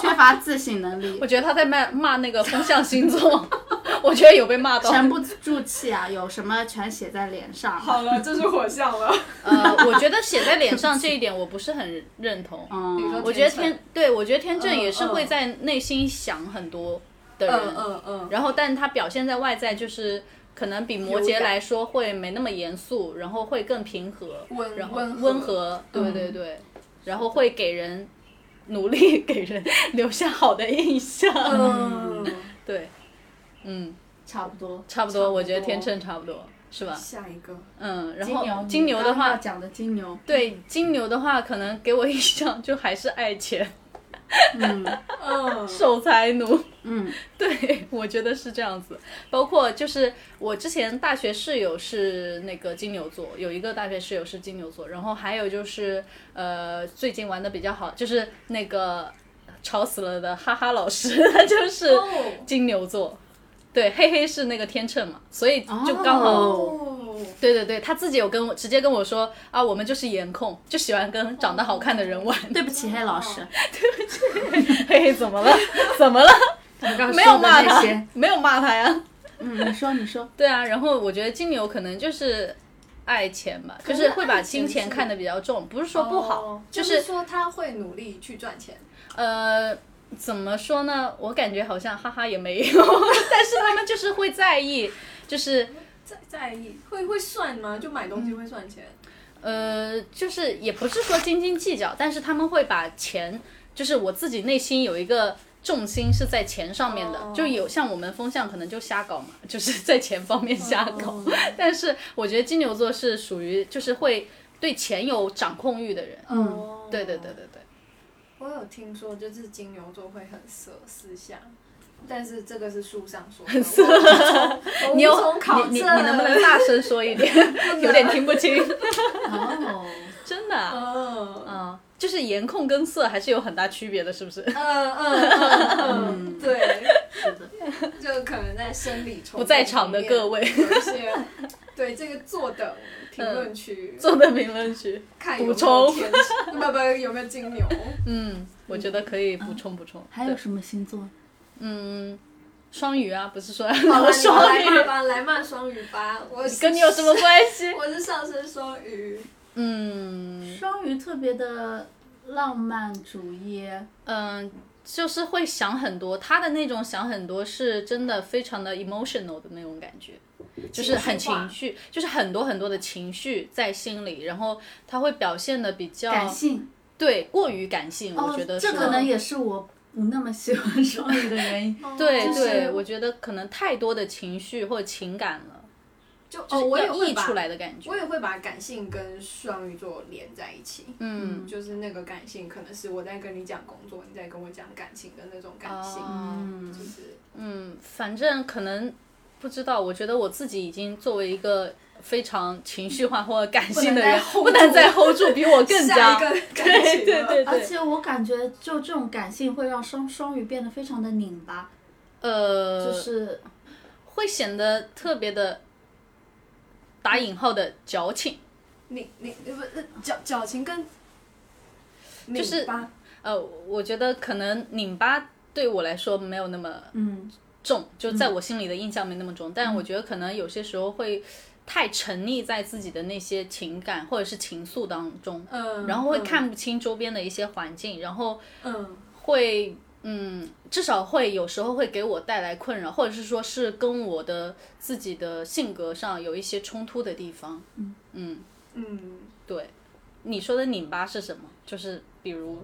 Speaker 1: 缺乏自省能力
Speaker 3: 我，觉得他在骂骂那个风象星座， (laughs) 我觉得有被骂到。
Speaker 1: 沉不住气啊，有什么全写在脸上。
Speaker 2: 好了，这是火象了。
Speaker 3: 呃，我觉得写在脸上这一点我不是很认同。
Speaker 1: 嗯，
Speaker 2: 比如说
Speaker 3: 我觉得
Speaker 2: 秤
Speaker 3: 天，对我觉得天秤
Speaker 2: 嗯
Speaker 3: 也是会
Speaker 2: 嗯
Speaker 3: 在内心想很多的人。
Speaker 2: 嗯嗯嗯，
Speaker 3: 然后，但他表现在外在就是可能比摩羯来说会没那么严肃，然后会更平和，
Speaker 2: 温
Speaker 3: 然后
Speaker 2: 温和
Speaker 3: 温和，
Speaker 1: 嗯
Speaker 3: 对对对，然后会给人努力给人留下好的印象， (laughs)
Speaker 2: 嗯，
Speaker 3: 对，嗯，
Speaker 1: 差不多。
Speaker 3: 差不
Speaker 2: 差
Speaker 3: 多，
Speaker 2: 不多
Speaker 3: 我觉得天秤差不多是吧？
Speaker 2: 下一个
Speaker 3: 嗯，然
Speaker 1: 金牛
Speaker 3: 后，金牛的
Speaker 1: 刚刚要
Speaker 3: 话，
Speaker 1: 讲的金牛，
Speaker 3: 对金牛的话，可能给我印象就还是爱钱、
Speaker 1: 嗯
Speaker 2: 嗯，
Speaker 3: 守财奴。
Speaker 1: 嗯，
Speaker 3: (laughs) 对，我觉得是这样子。包括就是我之前大学室友是那个金牛座，有一个大学室友是金牛座，然后还有就是呃，最近玩的比较好，就是那个吵死了的哈哈老师， (laughs) 他就是
Speaker 2: 哦
Speaker 3: 金牛座。对，嘿嘿是那个天秤嘛，所以就刚好。
Speaker 1: 哦
Speaker 2: 哦，
Speaker 3: 对对对，他自己有跟我直接跟我说啊，我们就是颜控，就喜欢跟长得好看的人玩。 (laughs) 哎
Speaker 1: 对不起，黑老师，
Speaker 3: 嘿嘿，怎么了？怎么了？
Speaker 1: 他 (laughs) 们刚刚
Speaker 3: 没有
Speaker 1: 说的
Speaker 3: 骂
Speaker 1: 那
Speaker 3: 他
Speaker 1: 些，，
Speaker 3: (laughs) 没有骂他呀。
Speaker 1: 嗯，你说你说，
Speaker 3: (laughs) 对啊，然后我觉得金牛可能就是爱钱吧，就
Speaker 2: 可是
Speaker 3: 是会把
Speaker 2: 爱钱
Speaker 3: 金钱
Speaker 2: 是
Speaker 3: 看得比较重，不是说不好，
Speaker 2: 哦
Speaker 3: 就
Speaker 2: 就是说他会努力去赚钱，
Speaker 3: 呃，怎么说呢？我感觉好像哈哈也没有， (laughs) 但是他们就是会在意，就是
Speaker 2: 在在意会会算吗？就买
Speaker 3: 嗯
Speaker 2: 东西会算钱，
Speaker 3: 呃，就是也不是说斤斤计较，但是他们会把钱，就是我自己内心有一个。重心是在钱上面的
Speaker 2: 哦
Speaker 3: 就有像我们风象可能就瞎搞嘛，就是在钱方面瞎搞。
Speaker 2: 哦
Speaker 3: (laughs) 但是我觉得金牛座是属于就是会对钱有掌控欲的人，
Speaker 1: 嗯，
Speaker 3: 对对对。对对。
Speaker 2: 哦我有听说，就是金牛座会很色私下，但是这个是书上说的，很
Speaker 3: 色
Speaker 2: 色
Speaker 3: 你
Speaker 2: 无
Speaker 3: 有
Speaker 2: 从考证。
Speaker 3: (laughs) 你你你能不能大声说一点？有点听不清，
Speaker 1: 哦，
Speaker 3: (laughs) 真的、啊。
Speaker 2: 嗯？嗯
Speaker 3: 嗯，就是颜控跟色还是有很大区别的，是不是？ (laughs)
Speaker 2: 嗯嗯嗯，对，
Speaker 1: 是的，
Speaker 2: 就可能在生理冲
Speaker 3: 不在场的各位
Speaker 2: 动里面有一些对这个坐等评论区
Speaker 3: 坐在评论区。
Speaker 2: 看有没有
Speaker 3: 嗯补充
Speaker 2: 天使，不不有没有金牛？
Speaker 3: 嗯，我觉得可以补充补充。
Speaker 1: 还有什么星座？
Speaker 3: 嗯，双鱼啊，不是说
Speaker 2: 好了，
Speaker 3: (laughs)
Speaker 2: 你
Speaker 3: 双
Speaker 2: 们来骂
Speaker 3: 鱼
Speaker 2: 吧，来骂双鱼吧，我是
Speaker 3: 跟你有什么关系？
Speaker 2: 我是上升双鱼，
Speaker 3: 嗯
Speaker 1: 双鱼特别的浪漫主义，
Speaker 3: 嗯。就是会想很多，他的那种想很多是真的非常的 emotional 的那种感觉，就是很
Speaker 2: 情绪化
Speaker 3: 情绪，就是很多很多的情绪在心里，然后他会表现的比较
Speaker 1: 感性。
Speaker 3: 对过于感性，我觉得
Speaker 1: 哦、这
Speaker 3: 是
Speaker 1: 可能也是我不那么喜欢双鱼的原因。
Speaker 3: (laughs) 对
Speaker 2: 哦就是
Speaker 3: 对，我觉得可能太多的情绪或者情感了，
Speaker 2: 就
Speaker 3: 就
Speaker 2: 哦，
Speaker 3: 是
Speaker 2: 我也
Speaker 3: 要
Speaker 2: 会
Speaker 3: 溢
Speaker 2: 把
Speaker 3: 出来的感觉
Speaker 2: 我。也会把感性跟双鱼座连在一起。
Speaker 3: 嗯，
Speaker 2: 就是那个感性，可能是我在跟你讲工作，你在跟我讲感情的那种感性，
Speaker 3: 哦
Speaker 1: 嗯，
Speaker 2: 就是
Speaker 3: 嗯，反正可能不知道，我觉得我自己已经作为一个非常情绪化或者感性的人，不
Speaker 2: (laughs) 不能
Speaker 3: 能
Speaker 2: 再
Speaker 3: 再 hold 住比我更
Speaker 2: (laughs) 下一
Speaker 3: 加
Speaker 2: 个感
Speaker 3: 对
Speaker 2: 情
Speaker 3: 对
Speaker 2: 了
Speaker 3: 对
Speaker 1: 而
Speaker 3: 对，
Speaker 1: 且我感觉就这种感性会让双双鱼变得非常的拧巴，
Speaker 3: 呃，
Speaker 1: 就是
Speaker 3: 会显得特别的打引号的矫情。
Speaker 2: 你你呃不是矫矫情跟拧巴，
Speaker 3: 就是呃，我觉得可能拧巴对我来说没有那么
Speaker 1: 嗯，
Speaker 3: 重，就在我心里的印象没那么重，但我觉得可能有些时候会太沉溺在自己的那些情感或者是情愫当中，
Speaker 2: 嗯，
Speaker 3: 然后会
Speaker 2: 嗯
Speaker 3: 看不清周边的一些环境，然后
Speaker 2: 嗯
Speaker 3: 会嗯，至少会有时候会给我带来困扰，或者是说是跟我的自己的性格上有一些冲突的地方。嗯
Speaker 2: 嗯，
Speaker 3: 对，你说的拧巴是什么？就是比如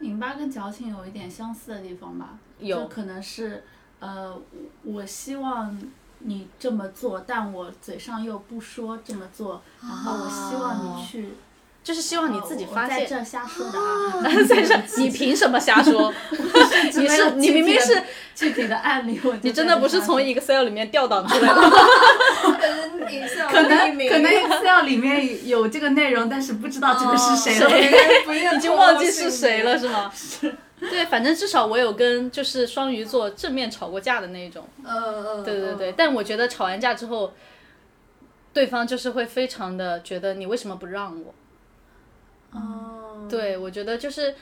Speaker 1: 拧巴跟矫情有一点相似的地方吧，
Speaker 3: 有
Speaker 1: 就可能是呃，我希望你这么做，但我嘴上又不说这么做，然后我希
Speaker 3: 哦
Speaker 1: 望你去，
Speaker 3: 就是希望你自己
Speaker 1: 呃我
Speaker 3: 发
Speaker 1: 在
Speaker 3: 现，
Speaker 1: 这瞎说的 (laughs) 啊，
Speaker 3: 在这 (laughs) 你凭什么瞎说？你
Speaker 1: 没
Speaker 3: 是
Speaker 1: 有
Speaker 3: 你
Speaker 1: 具
Speaker 3: 明
Speaker 1: 体
Speaker 3: 明
Speaker 1: 的
Speaker 3: 是
Speaker 1: 具体的案例我就
Speaker 3: 你真的
Speaker 1: 在
Speaker 3: 不是
Speaker 1: 发
Speaker 3: 从
Speaker 1: 现
Speaker 3: Excel 里面调档出来的？
Speaker 2: 跟影射
Speaker 1: 可能
Speaker 2: 匿名
Speaker 1: 可能 Excel 里面有这个内容，但是不知道这个哦是谁了。
Speaker 2: 哦不要
Speaker 3: 已经忘记是谁了，，是吗？对，反正至少我有跟就是双鱼座正面吵过架的那种。
Speaker 2: 嗯嗯，
Speaker 3: 对对对，
Speaker 2: 嗯，
Speaker 3: 但我觉得吵完架之后，对方就是会非常的觉得你为什么不让我？
Speaker 2: 哦，
Speaker 3: 对我觉得就是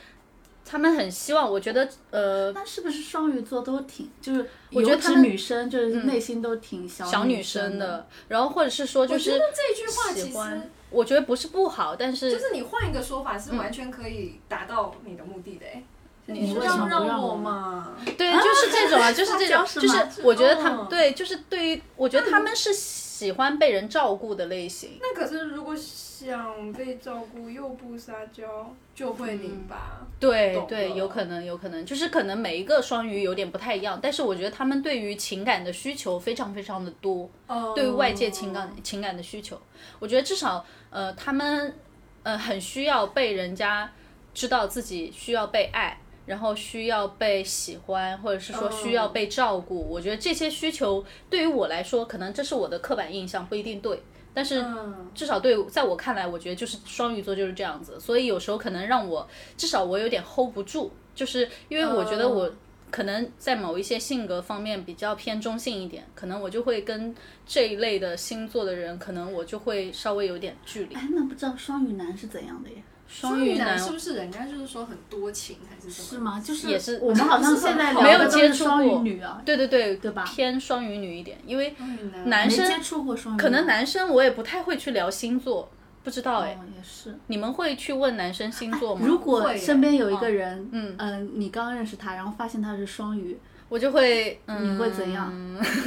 Speaker 3: 他们很希望，我觉得呃
Speaker 1: 那是不是双鱼座都挺，就是
Speaker 3: 我觉得
Speaker 1: 尤
Speaker 3: 他
Speaker 1: 其
Speaker 3: 们嗯
Speaker 1: 女生就是内心都挺小
Speaker 3: 小
Speaker 1: 女
Speaker 3: 女
Speaker 1: 生
Speaker 3: 生。的，然后或者是说就
Speaker 2: 我觉
Speaker 3: 是
Speaker 2: 得这句话其
Speaker 3: 喜欢
Speaker 2: 实。
Speaker 3: 我觉得不是不好，但
Speaker 2: 就是是你换一个说法，是
Speaker 3: 嗯
Speaker 2: 完全可以达到你的目的的。哎，
Speaker 1: 你
Speaker 2: 是
Speaker 1: 为什么
Speaker 2: 要
Speaker 1: 不让
Speaker 2: 让
Speaker 1: 我
Speaker 2: 我嘛？
Speaker 3: 对，就是这种啊，就是
Speaker 1: (laughs)
Speaker 3: 这
Speaker 1: 撒娇
Speaker 3: 种，
Speaker 1: 是
Speaker 3: 就
Speaker 1: 吗
Speaker 3: 是我觉得他
Speaker 2: 哦
Speaker 3: 们对，就是对于我觉得他们是喜欢被人照顾的类型。
Speaker 2: 那可是如果想被照顾又不撒娇，就会拧
Speaker 1: 啊
Speaker 2: 巴。
Speaker 3: 对
Speaker 2: 懂了
Speaker 3: 对，有可能，有可能，就是可能每一个双鱼有点不太一样，但是我觉得他们对于情感的需求非常非常的多，
Speaker 2: 哦
Speaker 3: 对于外界情感情感的需求，我觉得至少呃他们呃很需要被人家知道自己需要被爱，然后需要被喜欢，或者是说需要被照顾。我觉得这些需求对于我来说，可能这是我的刻板印象，不一定对，但是
Speaker 2: 嗯，
Speaker 3: 至少对在我看来，我觉得就是双鱼座就是这样子，所以有时候可能让我至少我有点 hold 不住，就是因为我觉
Speaker 1: 哦
Speaker 3: 得我
Speaker 2: 嗯
Speaker 3: 可能在某一些性格方面比较偏中性一点，可能我就会跟这一类的星座的人，可能我就会稍微有点距离。
Speaker 1: 哎，那不知道双鱼男是怎样的呀？
Speaker 3: 双
Speaker 2: 鱼
Speaker 3: 鱼
Speaker 2: 男
Speaker 3: 男
Speaker 2: 是不是人家就是说很多情还是什么？
Speaker 1: 是吗？就是
Speaker 3: 也是
Speaker 1: 我们好像现在
Speaker 3: (laughs) 没
Speaker 1: 聊
Speaker 3: 有
Speaker 1: 的都
Speaker 3: 接
Speaker 1: 是
Speaker 3: 触
Speaker 1: 双鱼
Speaker 3: 过
Speaker 1: 女啊，
Speaker 3: 对对对，
Speaker 1: 对吧嗯
Speaker 3: 偏双鱼女一点，因为
Speaker 2: 双鱼男
Speaker 3: 男
Speaker 1: 没
Speaker 3: 生
Speaker 1: 接触过双鱼女，
Speaker 3: 可能男生我也不太会去聊星座，不知道哎、
Speaker 1: 哦也是。
Speaker 3: 你们会去问男生星座吗？
Speaker 1: 如果
Speaker 2: 会
Speaker 1: 身边有一
Speaker 2: 哦
Speaker 1: 个人，
Speaker 3: 嗯
Speaker 1: 嗯，你刚认识他，然后发现他是双鱼，
Speaker 3: 我就会， (laughs) 嗯，
Speaker 1: 你会怎样？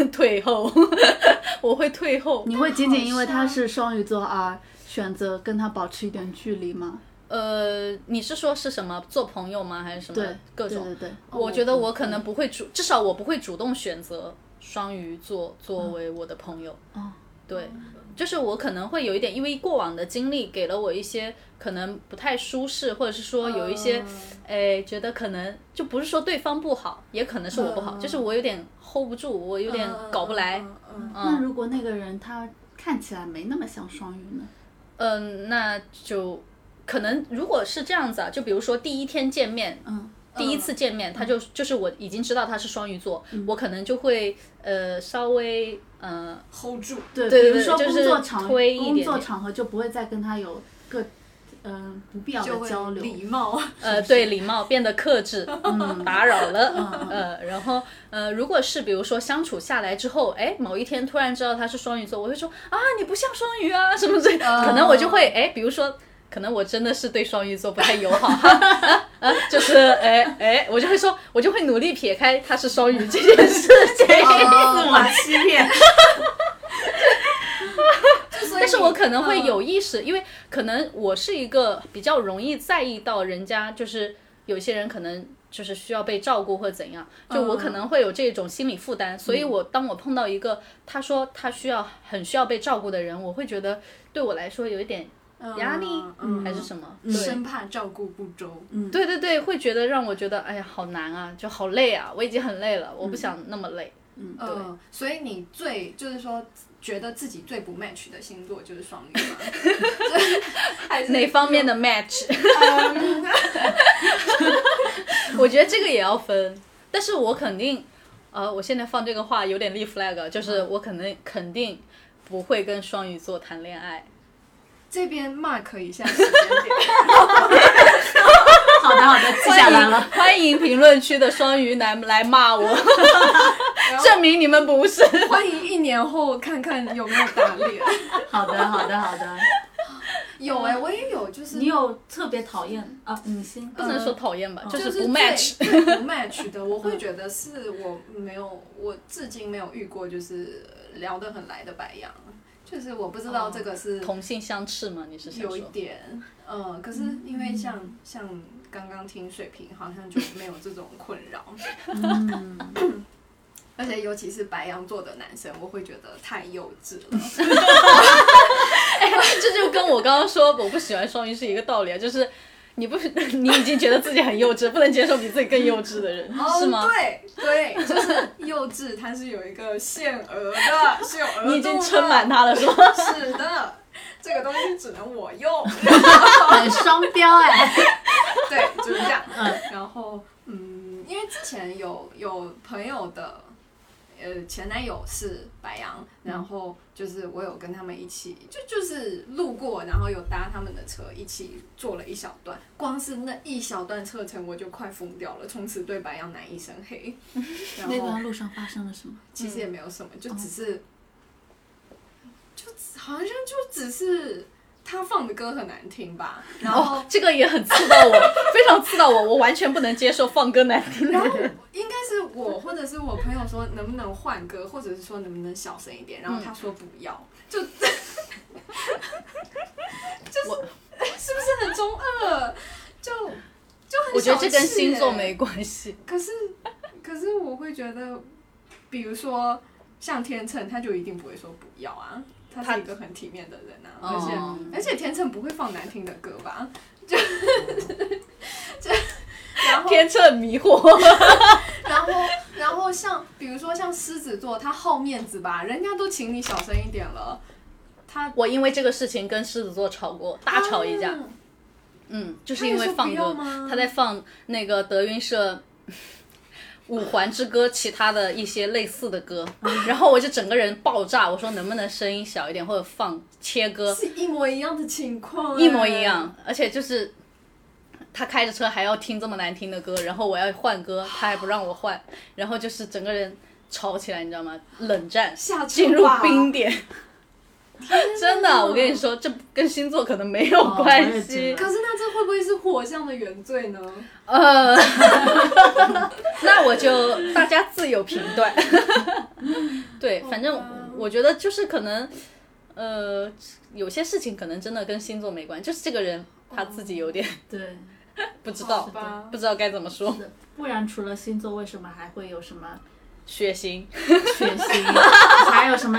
Speaker 3: 退后， (laughs) 我会退后。
Speaker 1: 你会仅仅因为他是双鱼座而选择跟他保持一点距离吗？
Speaker 3: 呃，你是说是什么做朋友吗？还是什么
Speaker 1: 对，
Speaker 3: 各种？
Speaker 1: 对对对，
Speaker 3: 我觉得我可能不会主，至少我不会主动选择双鱼座作为我的朋友。
Speaker 1: 哦
Speaker 3: 对，就是我可能会有一点，因为过往的经历给了我一些可能不太舒适，或者是说有一些，
Speaker 2: 嗯
Speaker 3: 哎、觉得可能就不是说对方不好，也可能是我不好，
Speaker 2: 嗯
Speaker 3: 就是我有点 hold 不住，我有点搞不来。
Speaker 2: 嗯嗯嗯
Speaker 1: 那如果那个人他看起来没那么像双鱼呢？
Speaker 3: 嗯，那就可能如果是这样子啊，就比如说第一天见面，
Speaker 1: 嗯，
Speaker 3: 第一次见面，他就就是我已经知道他是双鱼座，我可能就会呃稍微呃
Speaker 2: 嗯，hold 住。
Speaker 1: 对
Speaker 3: 对对
Speaker 1: 比如说
Speaker 3: 就
Speaker 1: 工
Speaker 3: 是
Speaker 1: 作场
Speaker 3: 推一点
Speaker 1: 工
Speaker 3: 点
Speaker 1: 作场合就不会再跟他有个嗯、不必要
Speaker 2: 就
Speaker 1: 的
Speaker 2: 会
Speaker 1: 交流。
Speaker 2: 礼貌，
Speaker 3: 呃 (laughs) 对礼貌变得克制，打扰了，呃然后呃如果是比如说相处下来之后，哎某一天突然知道他是双鱼座，我会说啊你不像双鱼啊什 (laughs) 么之类的，可能我就会哎比如说。可能我真的是对双鱼座不太友好，哈哈啊，就是哎哎，我就会说，我就会努力撇开他是双鱼这件事情。
Speaker 2: 哦
Speaker 1: 自我欺骗，
Speaker 2: 但
Speaker 3: 但是我可能会有意识，因为可能我是一个比较容易在意到人家，就是有些人可能就是需要被照顾或者怎样，就我可能会有这种心理负担，所以我当我碰到一个他说他需要很需要被照顾的人，我会觉得对我来说有一点
Speaker 2: 嗯
Speaker 3: 压力嗯还是什么，对。
Speaker 2: 生怕照顾不周，
Speaker 3: 对对对，会觉得让我觉得，哎呀，好难啊，就好累啊，我已经很累了，我不想那么累。
Speaker 2: 嗯，所以你最就是说觉得自己最不 match 的星座就是双鱼吗？ (laughs) 还是
Speaker 3: 哪方面的 match？
Speaker 2: 嗯
Speaker 3: (laughs) 我觉得这个也要分，但是我肯定，呃，我现在放这个话有点立 flag，就是
Speaker 2: 嗯
Speaker 3: 我肯定肯定不会跟双鱼座谈恋爱。
Speaker 2: 这边 mark 一下时间点，
Speaker 1: (laughs) 好的好的，记下来了。
Speaker 3: 欢迎评论区的双鱼男来骂
Speaker 2: (laughs)
Speaker 3: 我，
Speaker 2: 然后
Speaker 3: 证明你们不是。
Speaker 2: (laughs) 欢迎一年后看看有没有打脸。
Speaker 1: 好的好的好的，
Speaker 3: 嗯
Speaker 2: 有哎、我也有，就是
Speaker 1: 你有特别讨厌啊？你先
Speaker 3: 不能说讨厌吧，
Speaker 2: 就是是
Speaker 3: 不 match。
Speaker 2: (laughs)
Speaker 3: 嗯
Speaker 2: 最最不 match 的，我会觉得是我没有，我至今没有遇过就是聊得很来的白羊，就是我不知道这个是
Speaker 3: 哦同性相斥吗？你是想
Speaker 2: 有一
Speaker 3: 说？
Speaker 2: 点，嗯，可是因为像、像刚刚听水瓶好像就没有这种困扰，
Speaker 3: 嗯
Speaker 2: (laughs) 而且尤其是白羊座的男生，我会觉得太幼稚了。
Speaker 3: (laughs) 这就跟我刚刚说我不喜欢双鱼是一个道理啊，就是你不你已经觉得自己很幼稚，不能接受比自己更幼稚的人， (laughs) 是吗？
Speaker 2: 哦对啊对，就是幼稚，它是有一个限
Speaker 3: (laughs)
Speaker 2: 额的，是有额度的。
Speaker 3: 你已经撑满它
Speaker 2: 哦
Speaker 3: 了，是吗？
Speaker 2: 是的，这个东西只能我用。
Speaker 1: 很双标哎。
Speaker 2: 对，就是这样。然后，嗯，因为之前有有朋友的，呃，前男友是白羊，然后就是我有跟他们一起，就就是路过，然后有搭他们的车一起坐了一小段，光是那一小段车程我就快疯掉了，从此对白羊男一身黑。然
Speaker 1: 那
Speaker 2: 后
Speaker 1: 段路上发生了什么？
Speaker 2: 其实也
Speaker 3: 嗯
Speaker 2: 没有什么，
Speaker 3: 哦
Speaker 2: 就只是，就只好像就只是。他放的歌很难
Speaker 3: (laughs)
Speaker 2: 听吧，然后
Speaker 3: 哦，这个也很刺到我， (laughs) 非常刺到我，我完全不能接受放歌难听的
Speaker 2: 然后
Speaker 3: 人。
Speaker 2: 应该是我或者是我朋友说能不能换歌，或者是说能不能小声一点，然后
Speaker 3: 嗯
Speaker 2: 他说不要，就 (laughs) 就是
Speaker 3: 我
Speaker 2: 是 (laughs) 不是很中二？就就很
Speaker 3: 我觉得
Speaker 2: 小
Speaker 3: 这跟
Speaker 2: 气
Speaker 3: 星座
Speaker 2: 欸
Speaker 3: 没关系。
Speaker 2: 可是 (laughs) 可是我会觉得，比如说像天秤，他就一定不会说不要啊，他
Speaker 3: 他
Speaker 2: 是一个很体面的人啊，而且、
Speaker 3: 哦，
Speaker 2: 而且天秤不会放难听的歌吧？ (laughs) 就就然后
Speaker 3: 天秤迷惑，
Speaker 2: 然后，然后像比如说像狮子座，他好面子吧，人家都请你小声一点了，他
Speaker 3: 我因为这个事情跟狮子座吵过，大吵一架。
Speaker 2: 嗯
Speaker 3: 嗯，就是因为放
Speaker 2: 他也说
Speaker 3: 歌
Speaker 2: 不要吗，
Speaker 3: 他在放那个德云社。五环之歌其他的一些类似的歌，
Speaker 2: 啊
Speaker 3: 然后我就整个人爆炸，我说能不能声音小一点或者放切歌，
Speaker 2: 是一模一样的情况、
Speaker 3: 一模一。样，而且就是他开着车还要听这么难听的歌，然后我要换歌，他还不让我换，然后就是整个人吵起来，你知道吗？冷战
Speaker 2: 下车
Speaker 3: 进入
Speaker 2: 吧
Speaker 3: 冰点。 (laughs) 真的，我跟你说，这跟星座可能没有
Speaker 1: 哦我
Speaker 3: 关
Speaker 1: 也觉
Speaker 3: 系
Speaker 1: 得。
Speaker 2: 可是那这会不会是火象的原罪呢？
Speaker 3: 呃， (laughs) 那我就大家自有评断。 (laughs) 对，反正我觉得就是可能，呃，有些事情可能真的跟星座没关，就是这个人他自己有点
Speaker 1: 对，
Speaker 3: 不知
Speaker 2: 好
Speaker 3: 道，
Speaker 2: 吧
Speaker 3: 不，知道该怎么说。
Speaker 1: 是的，不然除了星座，为什么还会有什么
Speaker 3: 血型，
Speaker 1: 血型，还有什么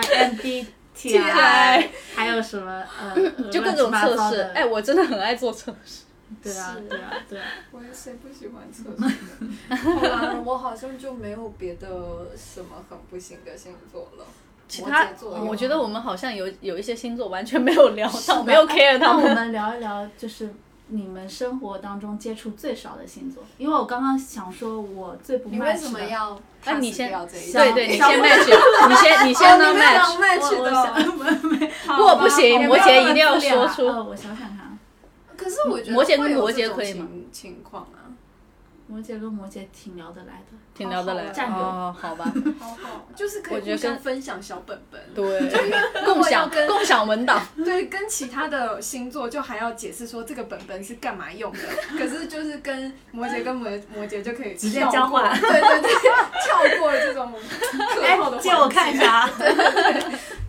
Speaker 1: MBTI，
Speaker 3: TI
Speaker 1: 还有什么呃，
Speaker 3: 就各
Speaker 1: 乱
Speaker 3: 种
Speaker 1: 七八
Speaker 3: 测
Speaker 1: 糟
Speaker 3: 试。
Speaker 1: 的
Speaker 3: 哎，我真的很爱做测试。
Speaker 1: 对啊，对啊，对啊，
Speaker 2: 我也谁不喜欢测试呢？ (laughs) 好啦，我好像就没有别的什么很不行的星座了。
Speaker 3: 其
Speaker 2: 摩
Speaker 3: 他哦
Speaker 2: 羯，座有啊
Speaker 3: 我觉得我们好像有有一些星座完全没有聊到，没有
Speaker 1: 哎
Speaker 3: care 他
Speaker 1: 那我
Speaker 3: 们。
Speaker 1: 们聊一聊，就是你们生活当中接触最少的星座，因为我刚刚想说，我最不
Speaker 2: 你为
Speaker 1: match
Speaker 2: 什么
Speaker 1: 的。
Speaker 2: 要？
Speaker 3: 那你先
Speaker 2: 这一
Speaker 1: 想
Speaker 3: (laughs)
Speaker 2: 段
Speaker 3: 对对，你
Speaker 1: 小
Speaker 3: 先 match，你先你先
Speaker 2: 哦
Speaker 3: 当
Speaker 2: 你没有
Speaker 3: match。
Speaker 2: 当 match
Speaker 1: 我我
Speaker 2: 的。
Speaker 1: (laughs) 想，
Speaker 3: 不过不行，
Speaker 2: 好吧
Speaker 3: 摩羯一定要
Speaker 1: 自恋
Speaker 3: 说
Speaker 1: 啊
Speaker 3: 出。
Speaker 1: 呃我想想看，
Speaker 2: 可是我觉得
Speaker 3: 摩羯跟
Speaker 2: 会有
Speaker 3: 摩羯
Speaker 2: 这种
Speaker 3: 可以吗
Speaker 2: 情情况啊，
Speaker 1: 摩羯跟摩羯挺聊得来的，
Speaker 3: 挺聊得来
Speaker 2: 好好
Speaker 3: 的，
Speaker 1: 战友
Speaker 3: 哦，好吧，
Speaker 2: 好好， (laughs) 就是可
Speaker 3: 我
Speaker 2: 以
Speaker 3: 觉得
Speaker 2: 互相
Speaker 3: 跟
Speaker 2: 分享小本本。
Speaker 3: 对，
Speaker 2: 如
Speaker 3: 共
Speaker 2: 果 (laughs) 要
Speaker 3: 享
Speaker 2: 跟
Speaker 3: 共享文档，
Speaker 2: (laughs) 对，跟其他的星座就还要解释说这个本本是干嘛用的，可是就是跟摩羯跟摩摩羯就可以
Speaker 5: 直接
Speaker 2: 跳
Speaker 5: 交
Speaker 2: 过，
Speaker 5: 换
Speaker 2: 对对对，跳过这种课后
Speaker 3: 哎
Speaker 2: 的环节
Speaker 5: 借我看一，下啊。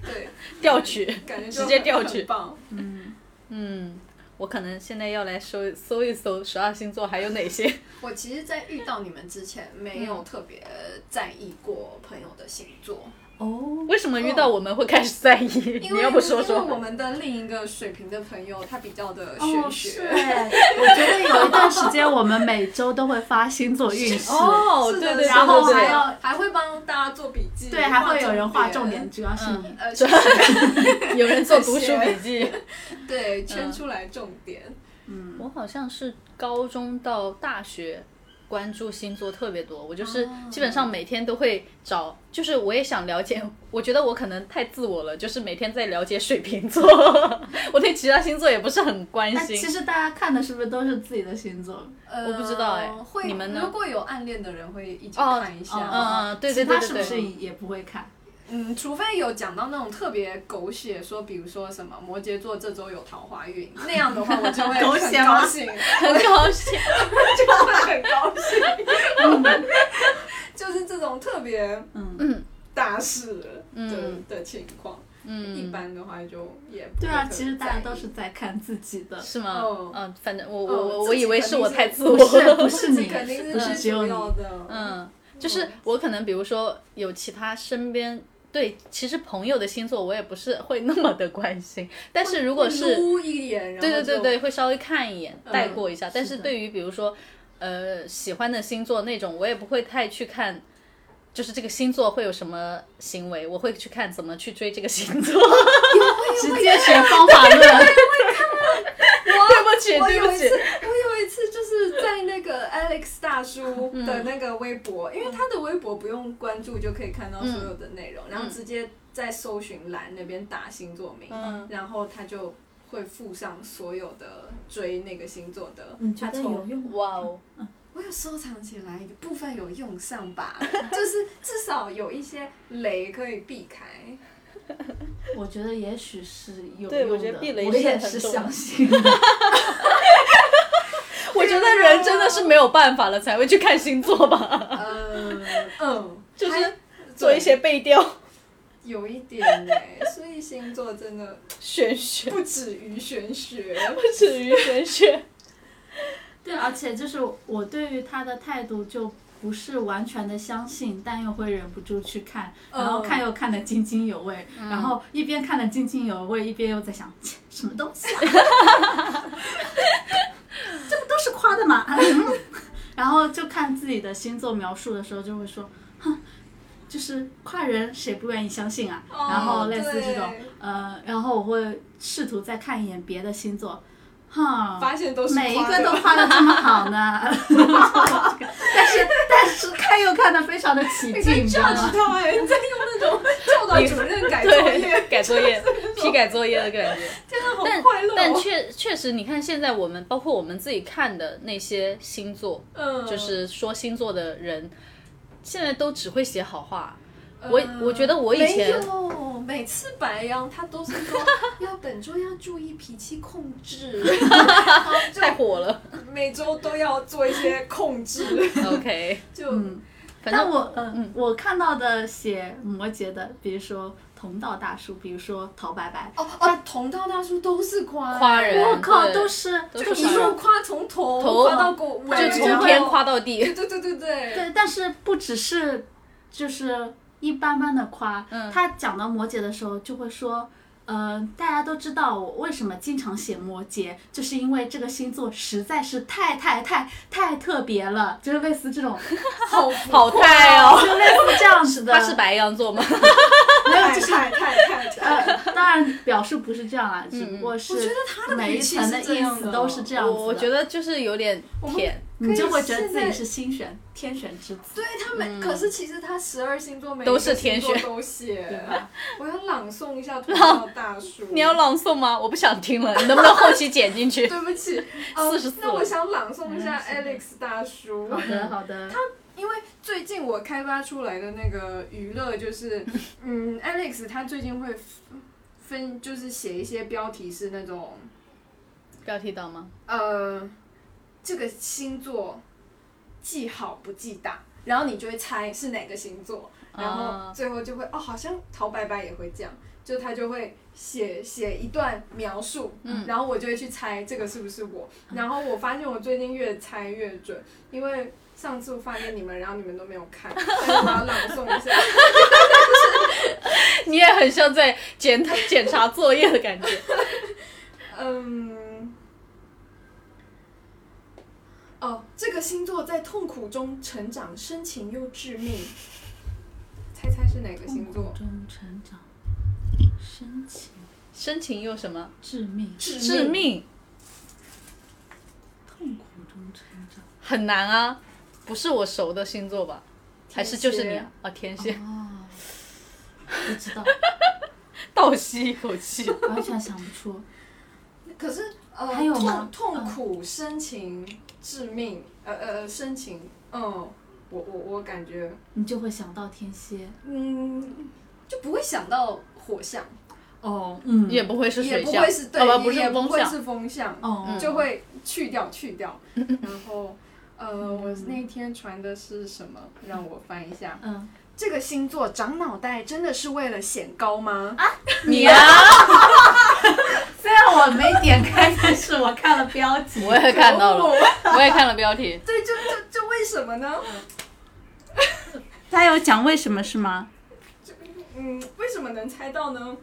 Speaker 2: 对，
Speaker 3: (laughs) 调取。
Speaker 2: 感觉就
Speaker 3: 直接调取
Speaker 2: 很棒。
Speaker 1: 嗯，
Speaker 3: 嗯，我可能现在要来搜搜一搜十二星座还有哪些。
Speaker 2: (laughs) 我其实，在遇到你们之前，没有特别在意过朋友的星座，
Speaker 1: 哦，
Speaker 3: 为什么遇到我们会开始在意？
Speaker 2: 因
Speaker 3: 你
Speaker 2: 为
Speaker 3: 要不说
Speaker 2: 哦因为我
Speaker 3: 说？
Speaker 2: 们的另一个水瓶的朋友，他比较的
Speaker 1: 哦，
Speaker 2: 玄
Speaker 1: 是
Speaker 2: 学。 (laughs)
Speaker 1: 哎，我觉得有一段时间我们每周都会发星座运势，
Speaker 3: 哦，
Speaker 2: 是
Speaker 3: 对
Speaker 2: 的
Speaker 3: 对对，
Speaker 1: 然后
Speaker 3: 对对
Speaker 1: 还要
Speaker 2: 还会帮大家做笔记，
Speaker 1: 对，还会有人画重点，，主要是
Speaker 3: 嗯
Speaker 1: 你。
Speaker 2: 呃，
Speaker 3: 有人做读书笔记。嗯
Speaker 2: 对，圈出来重点。
Speaker 1: 嗯，
Speaker 3: 我好像是高中到大学关注星座特别多，我
Speaker 1: 哦
Speaker 3: 就是基本上每天都会找，就是我也想了解，我觉得我可能太自我了，就是每天在了解水瓶座， (laughs) 我对其他星座也不是很关
Speaker 1: 那
Speaker 3: (laughs) 心
Speaker 1: 其。实大家看的是不是都是自己的星座？
Speaker 3: 嗯
Speaker 2: 呃
Speaker 3: 我不知道哎
Speaker 2: 会
Speaker 3: 你们呢
Speaker 2: 如果有暗恋的人会一起
Speaker 3: 哦
Speaker 2: 看一下，
Speaker 3: 嗯嗯，对对
Speaker 1: 啊其他是
Speaker 3: 对
Speaker 1: 不
Speaker 3: 对
Speaker 1: 是
Speaker 3: 对，
Speaker 1: 也不会看？
Speaker 2: 嗯，除非有讲到那种特别狗血，说比如说什么摩羯座这周有桃花运那样的话，我
Speaker 3: (laughs)
Speaker 2: 就会
Speaker 5: 狗
Speaker 2: 很
Speaker 5: 血吗
Speaker 2: 高兴， (laughs)
Speaker 3: 很高兴。
Speaker 2: 就会很高兴，就是这种特别
Speaker 1: 嗯，
Speaker 2: 大事的、
Speaker 3: 嗯
Speaker 2: 的情况，一
Speaker 3: 嗯，
Speaker 2: 般的话就也不会
Speaker 1: 对啊，
Speaker 2: 特别
Speaker 1: 其实大家
Speaker 2: 在意
Speaker 1: 都是在看自己的，
Speaker 3: 是吗？
Speaker 2: 哦
Speaker 3: 嗯，反正我
Speaker 2: 哦
Speaker 3: 我我
Speaker 2: 自己
Speaker 3: 我以为
Speaker 2: 肯
Speaker 3: 是
Speaker 2: 定
Speaker 3: 我
Speaker 2: 是
Speaker 3: 太自
Speaker 1: 不
Speaker 3: 我
Speaker 1: 是哦不
Speaker 3: (laughs) 了。
Speaker 1: 是
Speaker 2: 自己
Speaker 1: 你，
Speaker 2: 肯定
Speaker 1: 不
Speaker 2: 是
Speaker 1: 是
Speaker 2: 最
Speaker 1: 只有
Speaker 2: 主
Speaker 1: 你。
Speaker 2: 要的，
Speaker 3: 嗯，就是我可能比如说有其他身边。对，其实朋友的星座我也不是会那么的关心，但是如果是
Speaker 2: 撸一眼，然后
Speaker 3: 对对对
Speaker 2: 就
Speaker 3: 对，会稍微看一眼，
Speaker 2: 嗯
Speaker 3: 带过一下。但
Speaker 1: 是
Speaker 3: 是
Speaker 1: 的
Speaker 3: 对于比如说，呃，喜欢的星座那种，我也不会太去看，就是这个星座会有什么行为，我会去看怎么去追这个星座。
Speaker 1: 直接学方法论。
Speaker 3: (laughs) 对不起，
Speaker 2: 我
Speaker 3: 对
Speaker 2: 有
Speaker 3: 不
Speaker 2: 一次
Speaker 3: 起，，
Speaker 2: 我有一次就是在那个 Alex
Speaker 3: (laughs)
Speaker 2: 大叔
Speaker 3: 嗯
Speaker 2: 的那个微博，因为他的微博不用关注就可以看到
Speaker 3: 嗯
Speaker 2: 所有的内容，然后直接在搜寻栏那边打星座名，
Speaker 3: 嗯
Speaker 2: 然后他就会附上所有的追那个星座的。
Speaker 1: 你觉
Speaker 2: 他
Speaker 1: 得
Speaker 2: 从
Speaker 1: 有用吗？
Speaker 3: 哇哦，
Speaker 2: 我有收藏起来，有部分有用上吧，就是至少有一些雷可以避开。
Speaker 1: 我觉得也许是有用的。
Speaker 3: 对我觉得避雷
Speaker 1: 我
Speaker 3: 是
Speaker 1: 也
Speaker 3: 很
Speaker 1: 是
Speaker 3: 重要
Speaker 1: 相信。
Speaker 3: (laughs) 我觉得人真的是没有办法了才会去看星座吧，
Speaker 2: 嗯嗯，
Speaker 3: 就是
Speaker 2: 还
Speaker 3: 做一些背调
Speaker 2: 有一点呢、所以星座真的
Speaker 3: 玄学， (laughs)
Speaker 2: 不止于玄学。
Speaker 3: 不止于玄学。
Speaker 1: 对，而且就是我对于他的态度就不是完全的相信，但又会忍不住去看，然
Speaker 2: 嗯
Speaker 1: 后看又看得津津有味，然后一边看得津津有味，一边又在想切什么东西、啊， (laughs) 这个都是夸的嘛。 (laughs) 嗯然后就看自己的星座描述的时候，就会说，哼，就是夸人谁不愿意相信啊？
Speaker 2: 哦
Speaker 1: 然后类似
Speaker 2: 对
Speaker 1: 这种，呃，然后我会试图再看一眼别的星座，哈，
Speaker 2: 发现都是
Speaker 1: 每一
Speaker 2: 夸
Speaker 1: 个
Speaker 2: 的
Speaker 3: (laughs)
Speaker 1: 都画的这么好呢，但是但是看又看的非常的起
Speaker 2: 你
Speaker 1: 劲，
Speaker 2: 在
Speaker 1: 你知道吗
Speaker 2: judge？他哎，你在用那种教导主任改作业，
Speaker 3: 对， (laughs) 改作业、批改作业的感觉。
Speaker 2: 真的好
Speaker 3: 但
Speaker 2: 快乐、哦
Speaker 3: 但确确实，你看现在我们包括我们自己看的那些星座，
Speaker 2: 嗯，
Speaker 3: 就是说星座的人，现在都只会写好话。我我觉
Speaker 2: 得
Speaker 3: 得我以前
Speaker 2: 呃嗯没有，每次白羊他都是说要本周要注意脾气控
Speaker 3: (laughs)
Speaker 2: 制，
Speaker 3: 太火
Speaker 2: (laughs)
Speaker 3: 了。
Speaker 2: 每周都要做一些控制，
Speaker 3: OK，
Speaker 2: 就、
Speaker 3: 反
Speaker 1: 但
Speaker 3: 正
Speaker 1: 我嗯，我看到的写摩羯的，比如说同道大叔，比如说陶白白，
Speaker 2: 哦哦，同道大叔都是夸
Speaker 3: 夸人
Speaker 1: 我靠，
Speaker 3: 对
Speaker 1: 都是
Speaker 3: 都
Speaker 1: 就是
Speaker 2: 一路夸从头
Speaker 3: 头
Speaker 2: 夸到过尾，
Speaker 3: 就从天夸到地。
Speaker 2: 对对对对对，
Speaker 1: (laughs) 对，但是不只是就是一般般的夸，
Speaker 3: 嗯
Speaker 1: 他讲到摩羯的时候就会说。呃，大家都知道我为什么经常写摩羯，就是因为这个星座实在是太太太太特别了，就是类似这种，
Speaker 2: 好
Speaker 3: 好太哦！
Speaker 1: 就类似这样子的。 (laughs) 哎
Speaker 3: 他是白羊座吗？
Speaker 2: 没有就是太太太太，
Speaker 1: 呃，当然表述不是这样啊，只不过是
Speaker 2: 我觉得他的
Speaker 1: 每一
Speaker 2: 语气
Speaker 1: 层
Speaker 2: 是这
Speaker 1: 意
Speaker 2: 样
Speaker 1: 思
Speaker 2: 的哦
Speaker 1: 都是这样子
Speaker 3: 我我觉得就是有点舔，
Speaker 1: 你就会觉得
Speaker 2: 可以
Speaker 1: 自
Speaker 2: 现在
Speaker 1: 己是心选天选之子。
Speaker 2: 对他每，可是其实他十二星座每
Speaker 3: 都
Speaker 2: 一个
Speaker 3: 是天
Speaker 2: 星座
Speaker 3: 选
Speaker 2: 都写，我要朗诵一下《头脑大叔》。
Speaker 3: 你要朗诵吗？我不想听了，你能不能后期剪进
Speaker 2: (laughs)
Speaker 3: 去？
Speaker 2: 对不起，哦
Speaker 3: 44
Speaker 2: 那我想朗诵一下
Speaker 1: 嗯
Speaker 2: Alex 大叔，
Speaker 1: 好的，好的。
Speaker 2: 因为最近我开发出来的那个娱乐就是，嗯，Alex 他最近会分，就是写一些标题是那种，
Speaker 3: 标题党吗？
Speaker 2: 呃，这个星座记好不记大，然后你就会猜是哪个星座，然后
Speaker 3: 啊
Speaker 2: 最后就会哦，好像陶白白也会这样，就他就会写写一段描述，
Speaker 3: 嗯
Speaker 2: 然后我就会去猜这个是不是我，然后我发现我最近越猜越准，因为上次我发给你们，然后你们都没有看，所以我要朗诵一下。
Speaker 3: 你也很像在检讨检查作业的感觉。 (laughs)
Speaker 2: 嗯，哦，这个星座在痛苦中成长，深情又致命。猜猜是哪个星座？
Speaker 6: 中成长，深情
Speaker 3: 深情又什么？
Speaker 6: 致命，
Speaker 2: 致
Speaker 3: 致命，
Speaker 6: 痛苦中成长。
Speaker 3: 很难啊！不是我熟的星座吧？还是就是你
Speaker 2: 天
Speaker 3: 啊？啊天蝎， (laughs)
Speaker 6: 哦，不知道，
Speaker 3: 倒吸一口气。
Speaker 6: 完全想不出。
Speaker 2: 可是呃，
Speaker 6: 还有
Speaker 2: 痛
Speaker 6: 吗
Speaker 2: 痛苦、深情、致命，呃呃呃，深情，嗯，我我我感觉，
Speaker 6: 你就会想到天蝎，
Speaker 2: 嗯，就不会想到火象，
Speaker 1: 哦，嗯，
Speaker 3: 也不会是
Speaker 2: 也
Speaker 3: 水
Speaker 2: 不
Speaker 3: 象
Speaker 2: 会是，对，
Speaker 3: 哦不不
Speaker 2: 也
Speaker 3: 是
Speaker 2: 不
Speaker 3: 风
Speaker 2: 会
Speaker 3: 象，
Speaker 2: 是风象，
Speaker 1: 哦，
Speaker 3: 嗯
Speaker 2: 就会去掉去掉，然后。呃，我那天传的是什么？让我翻一下。
Speaker 1: 嗯，
Speaker 2: 这个星座长脑袋真的是为了显高吗？
Speaker 3: 你啊，
Speaker 1: 虽然我没点 (laughs) 开，但是我看了标题。
Speaker 3: (laughs) 我也看
Speaker 2: (laughs)
Speaker 3: 到
Speaker 2: 哦
Speaker 3: 了，我也看了标题。
Speaker 2: 对，就就就为什么呢？
Speaker 1: 他有讲为什么是吗？
Speaker 2: 嗯，为什么能猜到呢？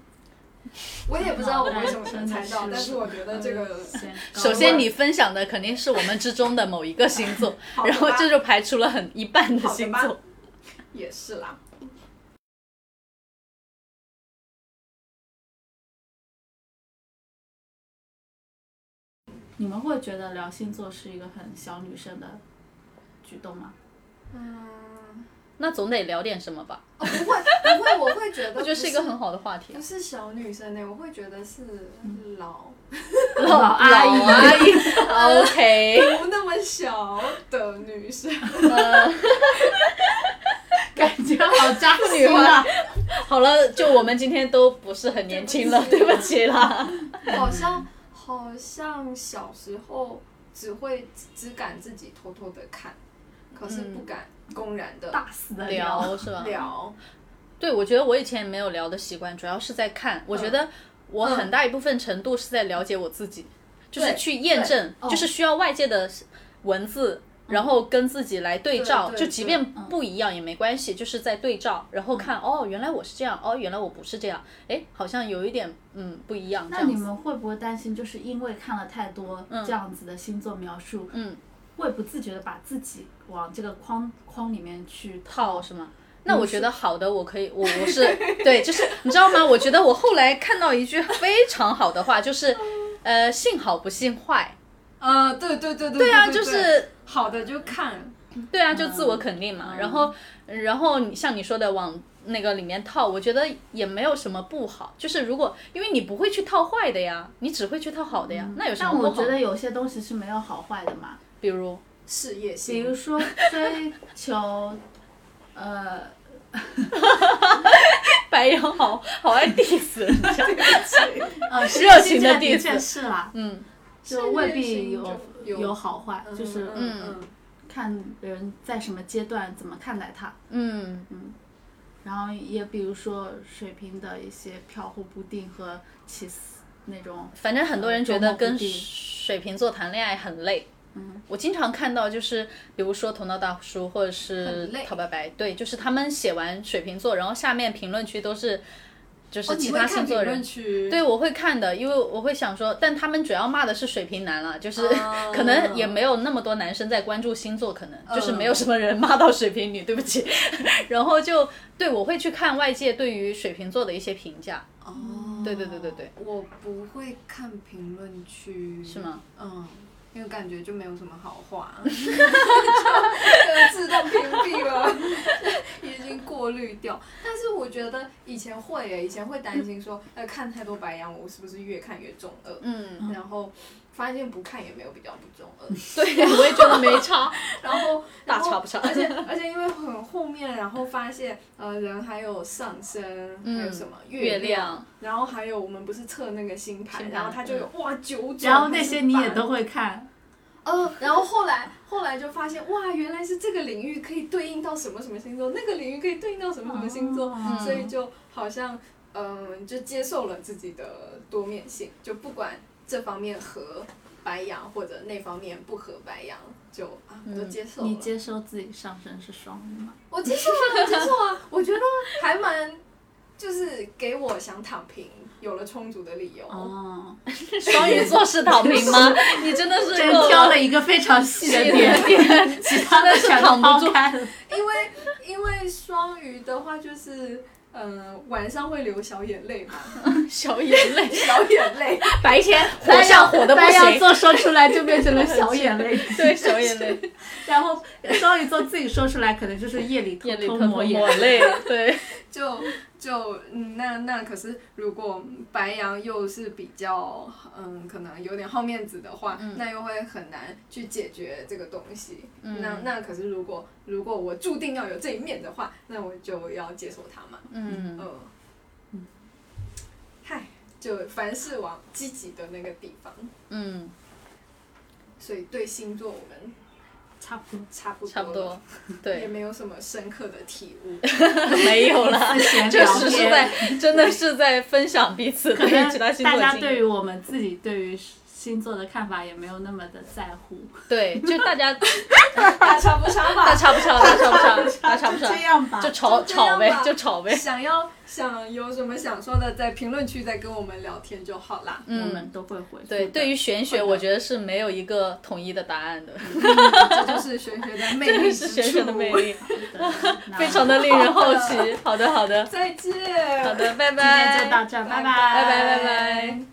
Speaker 2: 我也不知道我为什么能
Speaker 3: (laughs)
Speaker 2: 猜到，但是我觉得这个嗯
Speaker 3: 首先，你分享的肯定是我们之中的某一个星座，
Speaker 2: 好的
Speaker 3: 然后
Speaker 2: 吧
Speaker 3: 这就排除了很一半的
Speaker 2: 好的
Speaker 3: 星
Speaker 2: 吧
Speaker 3: 座。
Speaker 2: 也是啦。
Speaker 1: 你们会觉得聊星座是一个很小女生的举动 (laughs) 吗？
Speaker 2: 嗯，
Speaker 3: 那总得聊点什么吧？
Speaker 2: 哦，不会不会，我会觉得
Speaker 3: (laughs) 我觉得是一
Speaker 2: 不
Speaker 3: 个很好的话题
Speaker 2: 不。是小女生欸呢，我会觉得是
Speaker 3: 嗯
Speaker 2: 老
Speaker 1: 老阿
Speaker 3: 姨，阿姨啊 (laughs) ，OK，
Speaker 2: 不那么小的女生。 (laughs)
Speaker 3: 呃，
Speaker 1: 感觉好扎心啊！
Speaker 3: 好了，就我们今天都不是很年轻了，对
Speaker 2: 对
Speaker 3: 不
Speaker 2: 不
Speaker 3: 起啦。
Speaker 2: 好像好像小时候只会只敢自己偷偷的看，可是不敢公然的
Speaker 1: 大肆的
Speaker 3: (laughs) 聊是吧？
Speaker 2: 聊。
Speaker 3: 对，我觉得我以前没有聊的习惯，主要是在看。我觉得我很大一部分程度是在了解我自己，就是
Speaker 2: 对
Speaker 3: 去验证，
Speaker 2: 对
Speaker 3: 就是需要外界的文字。然后跟自己来对照，
Speaker 2: 对对
Speaker 3: 就即便不一样也没关系，就是在对照，然后看哦，原来我是这样，哦，原来我不是这样，哎，好像有一点嗯不一样。这
Speaker 1: 那
Speaker 3: 样
Speaker 1: 你
Speaker 3: 子
Speaker 1: 们会不会担心，就是因为看了太多这样子的星座描述，
Speaker 3: 嗯，
Speaker 1: 会不自觉的把自己往这个框框里面去
Speaker 3: 套是吗？那我觉得好的，我可以，我我是对，就是你知道吗？我觉得我后来看到一句非常好的话，就是，呃，信好不信坏。
Speaker 2: 呃，对对对对，
Speaker 3: 对
Speaker 2: 对
Speaker 3: 啊，
Speaker 2: 对
Speaker 3: 就
Speaker 2: 对
Speaker 3: 是
Speaker 2: 好的就看，
Speaker 3: 对啊，就自我肯定嘛。然后，然后你像你说的往那个里面套，我觉得也没有什么不好。就是如果因为你不会去套坏的呀，你只会去套好的
Speaker 1: 嗯
Speaker 3: 呀，那有什么
Speaker 7: 但
Speaker 3: 不
Speaker 7: 我
Speaker 3: 好？
Speaker 7: 觉得有些东西是没有好坏的嘛，
Speaker 3: 比如
Speaker 2: 事业
Speaker 7: 比
Speaker 2: 心， (laughs)
Speaker 7: 如说
Speaker 1: (laughs)
Speaker 7: 追求，呃，
Speaker 3: (laughs) 白羊好好爱 diss 人家，
Speaker 1: 呃，是
Speaker 3: (laughs) 热情的
Speaker 1: 这个
Speaker 3: 弟
Speaker 1: 的
Speaker 3: 子
Speaker 1: 确是啦，
Speaker 3: 嗯，
Speaker 1: 就未必
Speaker 2: 事业
Speaker 1: 有
Speaker 2: 心就有
Speaker 1: 有好坏，
Speaker 2: 嗯
Speaker 1: 就是
Speaker 2: 嗯嗯
Speaker 7: 看人在什么阶段怎么看待它，
Speaker 3: 嗯，
Speaker 7: 然后也比如说水瓶的一些飘忽不定和起死那种，
Speaker 3: 嗯反正很多人觉得
Speaker 7: 捉摸
Speaker 3: 跟
Speaker 7: 不定
Speaker 3: 水瓶座谈恋爱很累。嗯，我经常看到就是，比如说头脑大叔或者是
Speaker 2: 很累
Speaker 3: 陶白白，对，就是他们写完水瓶座，然后下面评论区都是就是
Speaker 2: 哦，你
Speaker 3: 其
Speaker 2: 会
Speaker 3: 他星
Speaker 2: 看
Speaker 3: 座
Speaker 2: 评
Speaker 3: 人，
Speaker 2: 论区，
Speaker 3: 对，我会看的，因为我会想说，但他们主要骂的是水瓶男了，就是、(laughs)
Speaker 2: 哦
Speaker 3: 可能也没有那么多男生在关注星座，可能就是
Speaker 2: 嗯
Speaker 3: 没有什么人骂到水瓶女，对不起。 (laughs) 然后就对我会去看外界对于水瓶座的一些评价，
Speaker 2: 哦，
Speaker 3: 对对对对 (laughs) 对，
Speaker 2: 我不会看评论区，
Speaker 3: 是？吗？
Speaker 2: 嗯，因为感觉就没有什么好
Speaker 3: (laughs)
Speaker 2: 话，就就自动屏蔽了， (laughs) 已经过滤掉。但是我觉得以前会耶，以前会担心说，呃，看太多白羊，我是不是越看越中二？
Speaker 3: 嗯，
Speaker 2: 然后发现不看也没有比较不中
Speaker 3: (laughs)
Speaker 2: 二，
Speaker 3: 对，我也觉得没差，
Speaker 2: 然后
Speaker 3: 大
Speaker 2: 然后
Speaker 3: 差不差。
Speaker 2: 而且而且因为很后面，然后发现呃人还有上升，还有什么
Speaker 3: 月亮
Speaker 2: 亮，然后还有我们不是测那个星盘，
Speaker 3: 星盘嗯
Speaker 2: 然后它就有哇九种，
Speaker 1: 然后那些你也都会看，
Speaker 2: 呃，然后后来后来就发现哇原来是这个领域可以对应到什么什么星座，那个领域可以对应到什么什么星座，
Speaker 1: 哦
Speaker 3: 嗯
Speaker 2: 所以就好像嗯、就接受了自己的多面性，就不管这方面合白羊或者那方面不合白羊，就啊我都接
Speaker 1: 嗯
Speaker 2: 受了。
Speaker 7: 你接受自己上升是双鱼吗？
Speaker 2: 我接受啊，我接受啊， (laughs) 我觉得还蛮，就是给我想躺平有了充足的理由。
Speaker 1: 哦，
Speaker 3: (laughs) 双鱼座是躺平吗？ (laughs) 你真的是
Speaker 1: 真
Speaker 3: 够
Speaker 1: 挑了一个非常细的
Speaker 3: 一
Speaker 1: 点
Speaker 3: 点，
Speaker 1: (laughs)
Speaker 3: 点，
Speaker 1: 其他的全都抛开了。
Speaker 2: (laughs) 因为因为双鱼的话就是，嗯、晚上会流小眼泪嘛， (laughs)
Speaker 3: (laughs) 小眼泪，
Speaker 2: 小眼泪，
Speaker 3: 白天火象火的不
Speaker 1: 白羊
Speaker 3: (laughs) 行，
Speaker 1: 座说出来就变成了小眼泪，
Speaker 3: 对，小眼泪。
Speaker 1: 然后双鱼座自己说出来可能就是夜里偷
Speaker 3: 夜里
Speaker 1: 偷
Speaker 3: 偷偷
Speaker 1: 抹
Speaker 3: 抹
Speaker 1: 眼。
Speaker 3: (laughs) 泪，
Speaker 1: (laughs)
Speaker 3: 对，
Speaker 2: 就就嗯，那那可是如果白羊又是比较嗯，可能有点好面子的话，那又会很难去解决这个东西。
Speaker 3: 嗯
Speaker 2: 那那可是如果如果我注定要有这一面的话，那我就要接受它嘛。
Speaker 3: 嗯，
Speaker 2: 嗯，嗨，就凡事往积极的那个地方，
Speaker 3: 嗯，
Speaker 2: 所以对星座我们
Speaker 1: 差不多，
Speaker 2: 差不多，
Speaker 3: 差不多，
Speaker 2: 也
Speaker 3: 对，
Speaker 2: 没有什么深刻的体悟。
Speaker 3: (laughs) 没有啦， (laughs)
Speaker 1: 闲
Speaker 3: 就
Speaker 1: 聊
Speaker 3: 只是
Speaker 1: 天。
Speaker 3: 在，真的是在分享彼此
Speaker 1: 可
Speaker 3: 对于其他
Speaker 1: 能
Speaker 3: 星
Speaker 1: 大
Speaker 3: 座
Speaker 1: 家
Speaker 3: 经
Speaker 1: 对
Speaker 3: 历，
Speaker 1: 于我们自己对于星座的看法也没有那么的在乎，
Speaker 3: 对，就大家
Speaker 2: 大差不差
Speaker 3: 大
Speaker 2: 吧。
Speaker 3: 差不差，
Speaker 1: (laughs)
Speaker 3: 大差不差，大差不
Speaker 1: 就这
Speaker 3: 差，
Speaker 1: 样吧
Speaker 3: 就。吵
Speaker 2: 就这样
Speaker 3: 吵呗
Speaker 2: 吧，
Speaker 3: 就吵呗，
Speaker 2: 想要想有什么想说的，在评论区再跟我们聊天就好啦。
Speaker 1: 我们
Speaker 3: 嗯。
Speaker 1: 都会回复的。
Speaker 3: 对，对于玄学，
Speaker 2: 会的
Speaker 3: 我觉得是没有一个统一的答案的，
Speaker 2: 嗯这就是玄学的魅
Speaker 3: 这
Speaker 2: 力
Speaker 3: 个 (laughs) 是
Speaker 2: 之处。
Speaker 3: 玄学的魅力，
Speaker 1: 那
Speaker 3: 非常的令人
Speaker 1: (laughs)
Speaker 3: 好奇。好的，好的，
Speaker 2: 再见。
Speaker 3: 好的，拜拜，
Speaker 1: 今天就到这儿，拜拜，
Speaker 3: 拜拜，拜拜。